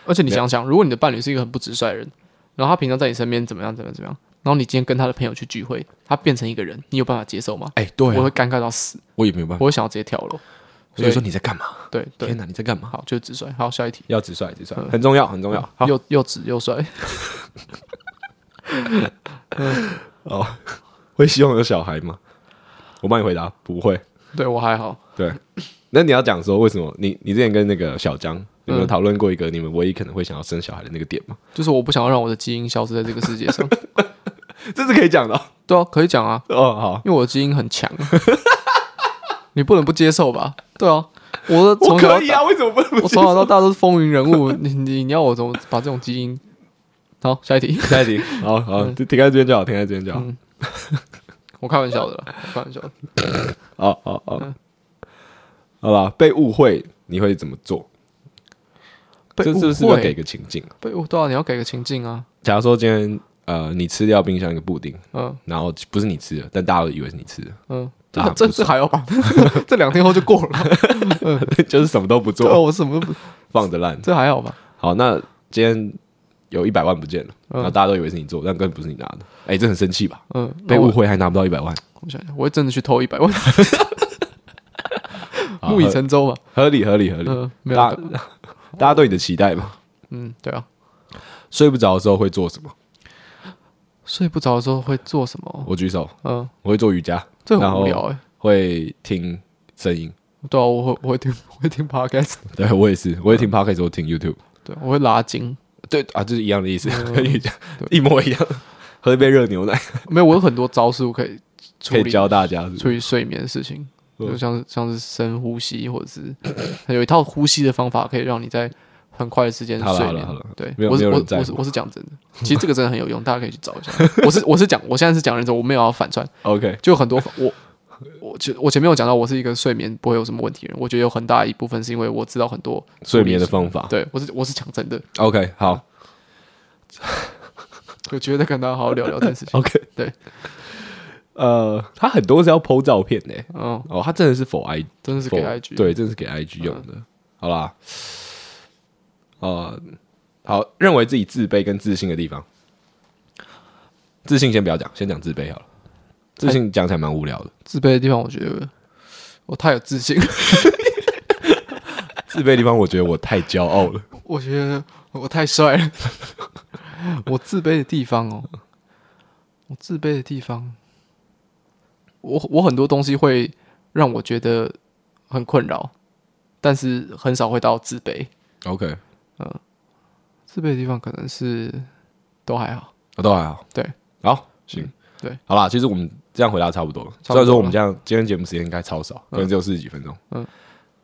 Speaker 2: 而且你想想，如果你的伴侣是一个很不直率的人，然后他平常在你身边怎么样怎么样怎么样，然后你今天跟他的朋友去聚会，他变成一个人，你有办法接受吗？
Speaker 1: 哎、对啊、
Speaker 2: 我会
Speaker 1: 我
Speaker 2: 尴尬到死，
Speaker 1: 也没有办法。
Speaker 2: 我会想要直接跳楼。
Speaker 1: 我就说
Speaker 2: 所以
Speaker 1: 你在干嘛？
Speaker 2: 对对
Speaker 1: 天，哪，你在干嘛？
Speaker 2: 好，就是直率。好，下一题，
Speaker 1: 要直率，直率
Speaker 2: 嗯
Speaker 1: 很重要，很重要。好，
Speaker 2: 又又直又帅。
Speaker 1: 会希望有小孩吗？我帮你回答，不会。
Speaker 2: 对我还好，
Speaker 1: 对， 那你要讲说为什么你你之前跟那个小江有没有
Speaker 2: 嗯
Speaker 1: 讨论过一个你们唯一可能会想要生小孩的那个点吗？
Speaker 2: 就是我不想要让我的基因消失在这个世界上。
Speaker 1: 这是可以讲的哦
Speaker 2: 对啊，可以讲啊，
Speaker 1: 哦。好，
Speaker 2: 因为我的基因很强， 你不能不接受吧？对啊，我
Speaker 1: 我
Speaker 2: 从小
Speaker 1: 可以啊，为什么不能
Speaker 2: 我从小到大都是风云人物， 你你你要我怎么把这种基因？好， 下一题。 嗯
Speaker 1: 下一题，好好，就停在这边就好，停在这边就好。
Speaker 2: 我开玩笑的啦，我开玩笑的。
Speaker 1: 哦哦
Speaker 2: 嗯
Speaker 1: 哦，好吧，被误会你会怎么做？
Speaker 2: 被
Speaker 1: 这
Speaker 2: 误
Speaker 1: 是不是
Speaker 2: 会
Speaker 1: 要给一个情境？
Speaker 2: 被误对啊，你要给个情境啊。
Speaker 1: 假如说今天呃，你吃掉冰箱一个布丁，
Speaker 2: 嗯
Speaker 1: 然后不是你吃的，但大家都以为是你吃的，
Speaker 2: 嗯，
Speaker 1: 啊
Speaker 2: 这这
Speaker 1: 不
Speaker 2: 这还 要吧？这两天后就过了。
Speaker 1: 就是什么都不
Speaker 2: 对 啊，
Speaker 1: 做，
Speaker 2: 我什么都不，
Speaker 1: 放着烂。
Speaker 2: 这还好吧？
Speaker 1: 好，那今天有一百万不见了，
Speaker 2: 嗯
Speaker 1: 然后大家都以为是你做，但根本不是你拿的。哎，这很生气吧？
Speaker 2: 嗯，
Speaker 1: 被
Speaker 2: 那我
Speaker 1: 误。会还拿不到一百万，
Speaker 2: 我想想，我会真的去偷一百万，木已
Speaker 1: 好
Speaker 2: 成舟嘛。
Speaker 1: 啊合合理合理合理。
Speaker 2: 嗯，没
Speaker 1: 大
Speaker 2: 有。
Speaker 1: 大家对你的期待嘛，
Speaker 2: 嗯，对啊。
Speaker 1: 睡不着的时候会做什么？
Speaker 2: 睡不着的时候会做什么？
Speaker 1: 我举手，
Speaker 2: 嗯，
Speaker 1: 我会做瑜伽，
Speaker 2: 这
Speaker 1: 然
Speaker 2: 很
Speaker 1: 后
Speaker 2: 无聊哎。
Speaker 1: 会听声音。
Speaker 2: 对啊，我会我会听我会听 podcast，
Speaker 1: 对我也是，我会
Speaker 2: 嗯
Speaker 1: 听 podcast，我听 YouTube。
Speaker 2: 对，啊我会拉筋。
Speaker 1: 对啊，就是一样的意思，
Speaker 2: 嗯
Speaker 1: 跟瑜伽
Speaker 2: 对
Speaker 1: 一模一样。喝一杯热牛奶，
Speaker 2: 没有，我有很多招数可以处
Speaker 1: 可以
Speaker 2: 理
Speaker 1: 教大家是不是
Speaker 2: 处理睡眠的事情，
Speaker 1: 嗯
Speaker 2: 就像是像是深呼吸，或者是有一套呼吸的方法，可以让你在很快的时间
Speaker 1: 好了
Speaker 2: 睡
Speaker 1: 好了好
Speaker 2: 眠
Speaker 1: 了。
Speaker 2: 对，
Speaker 1: 没有
Speaker 2: 我是
Speaker 1: 没有
Speaker 2: 我
Speaker 1: 人在乎
Speaker 2: 我是我是 讲真的，其实这个真的很有用，大家可以去找一下。我是我是讲，我现在是讲认真，我没有要反串，
Speaker 1: OK，
Speaker 2: 就有很多方我。我前我前面有讲到，我是一个睡眠不会有什么问题的人。我觉得有很大一部分是因为我知道很多，
Speaker 1: 睡眠的方法。
Speaker 2: 对我是我是讲真的，
Speaker 1: OK，好
Speaker 2: 我觉得跟大家好好聊聊这件事情。
Speaker 1: ，OK，
Speaker 2: 对。
Speaker 1: 呃，他很多是要 PO 照片的、
Speaker 2: 嗯，
Speaker 1: 哦，他真的是否 I
Speaker 2: 真的是给嗯
Speaker 1: for-
Speaker 2: IG
Speaker 1: 对，这是给 IG 用的。好啦，呃，好，认为自己自卑跟自信的地方，自信先不要讲，先讲自卑好了。自信讲起来蛮无聊的，
Speaker 2: 自卑的地方，我觉得我太有自信，
Speaker 1: 自卑的地方我觉得我太骄傲了。
Speaker 2: 我觉得我太帅了。 我自卑的地方哦，我自卑的地方，我我很多东西会让我觉得很困扰，但是很少会到自卑。
Speaker 1: OK，
Speaker 2: 自卑的地方可能是都还好，
Speaker 1: 啊，都还好。
Speaker 2: 对，
Speaker 1: 好，行，
Speaker 2: 对，
Speaker 1: 好啦，其实我们这样回答差不多了。
Speaker 2: 差不多
Speaker 1: 虽然说我们
Speaker 2: 了
Speaker 1: 这样今天节目时间应该超少，可能只有四十几分钟，
Speaker 2: 嗯
Speaker 1: 嗯，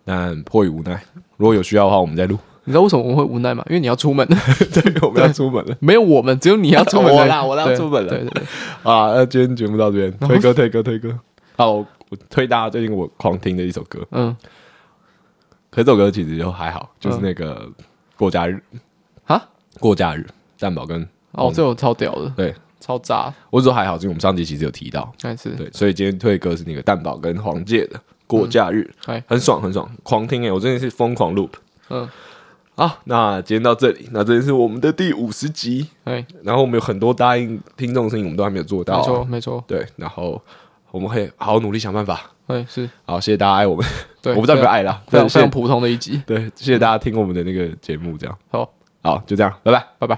Speaker 1: 但迫于无奈，如果有需要的话，我们再录。
Speaker 2: 你知道为什么我们会无奈吗？因为你要出 门，
Speaker 1: 对，我们要出 门了
Speaker 2: 没有我们，只有你要出门而已。
Speaker 1: 我哦啦我啦
Speaker 2: 对
Speaker 1: 出门了
Speaker 2: 对对对，
Speaker 1: 啊！那今天节目到这边，推歌推歌推歌。好，我我推大家最近我狂听的一首歌，
Speaker 2: 嗯
Speaker 1: 可是这首歌其实就还好，就是那个过假日
Speaker 2: 啊，
Speaker 1: 过假日蛋堡跟
Speaker 2: 哦，这我超屌的，
Speaker 1: 嗯对。
Speaker 2: 超炸，
Speaker 1: 我只说还好，因为我们上集其实有提到，
Speaker 2: 那一次。
Speaker 1: 对，所以今天推的歌是那个蛋堡跟黄玠的《过假日》
Speaker 2: 哎
Speaker 1: 很爽很爽，狂听哎、我真的是疯狂 loop。
Speaker 2: 嗯，
Speaker 1: 好，那今天到这里，那这是我们的第五十集，
Speaker 2: 哎，
Speaker 1: 然后我们有很多答应听众的声音，我们都还没有做到
Speaker 2: 没错
Speaker 1: 啊，
Speaker 2: 没错，
Speaker 1: 对，然后我们会好好努力想办法。
Speaker 2: 哎是，
Speaker 1: 好，谢谢大家爱我们，
Speaker 2: 对，啊
Speaker 1: 我不知道有没有爱啦，
Speaker 2: 非常
Speaker 1: 但谢
Speaker 2: 非
Speaker 1: 谢
Speaker 2: 常普通的一集。
Speaker 1: 对，谢谢大家听我们的那个节目，这样
Speaker 2: 好，
Speaker 1: 好，就这样，拜拜。
Speaker 2: 拜拜。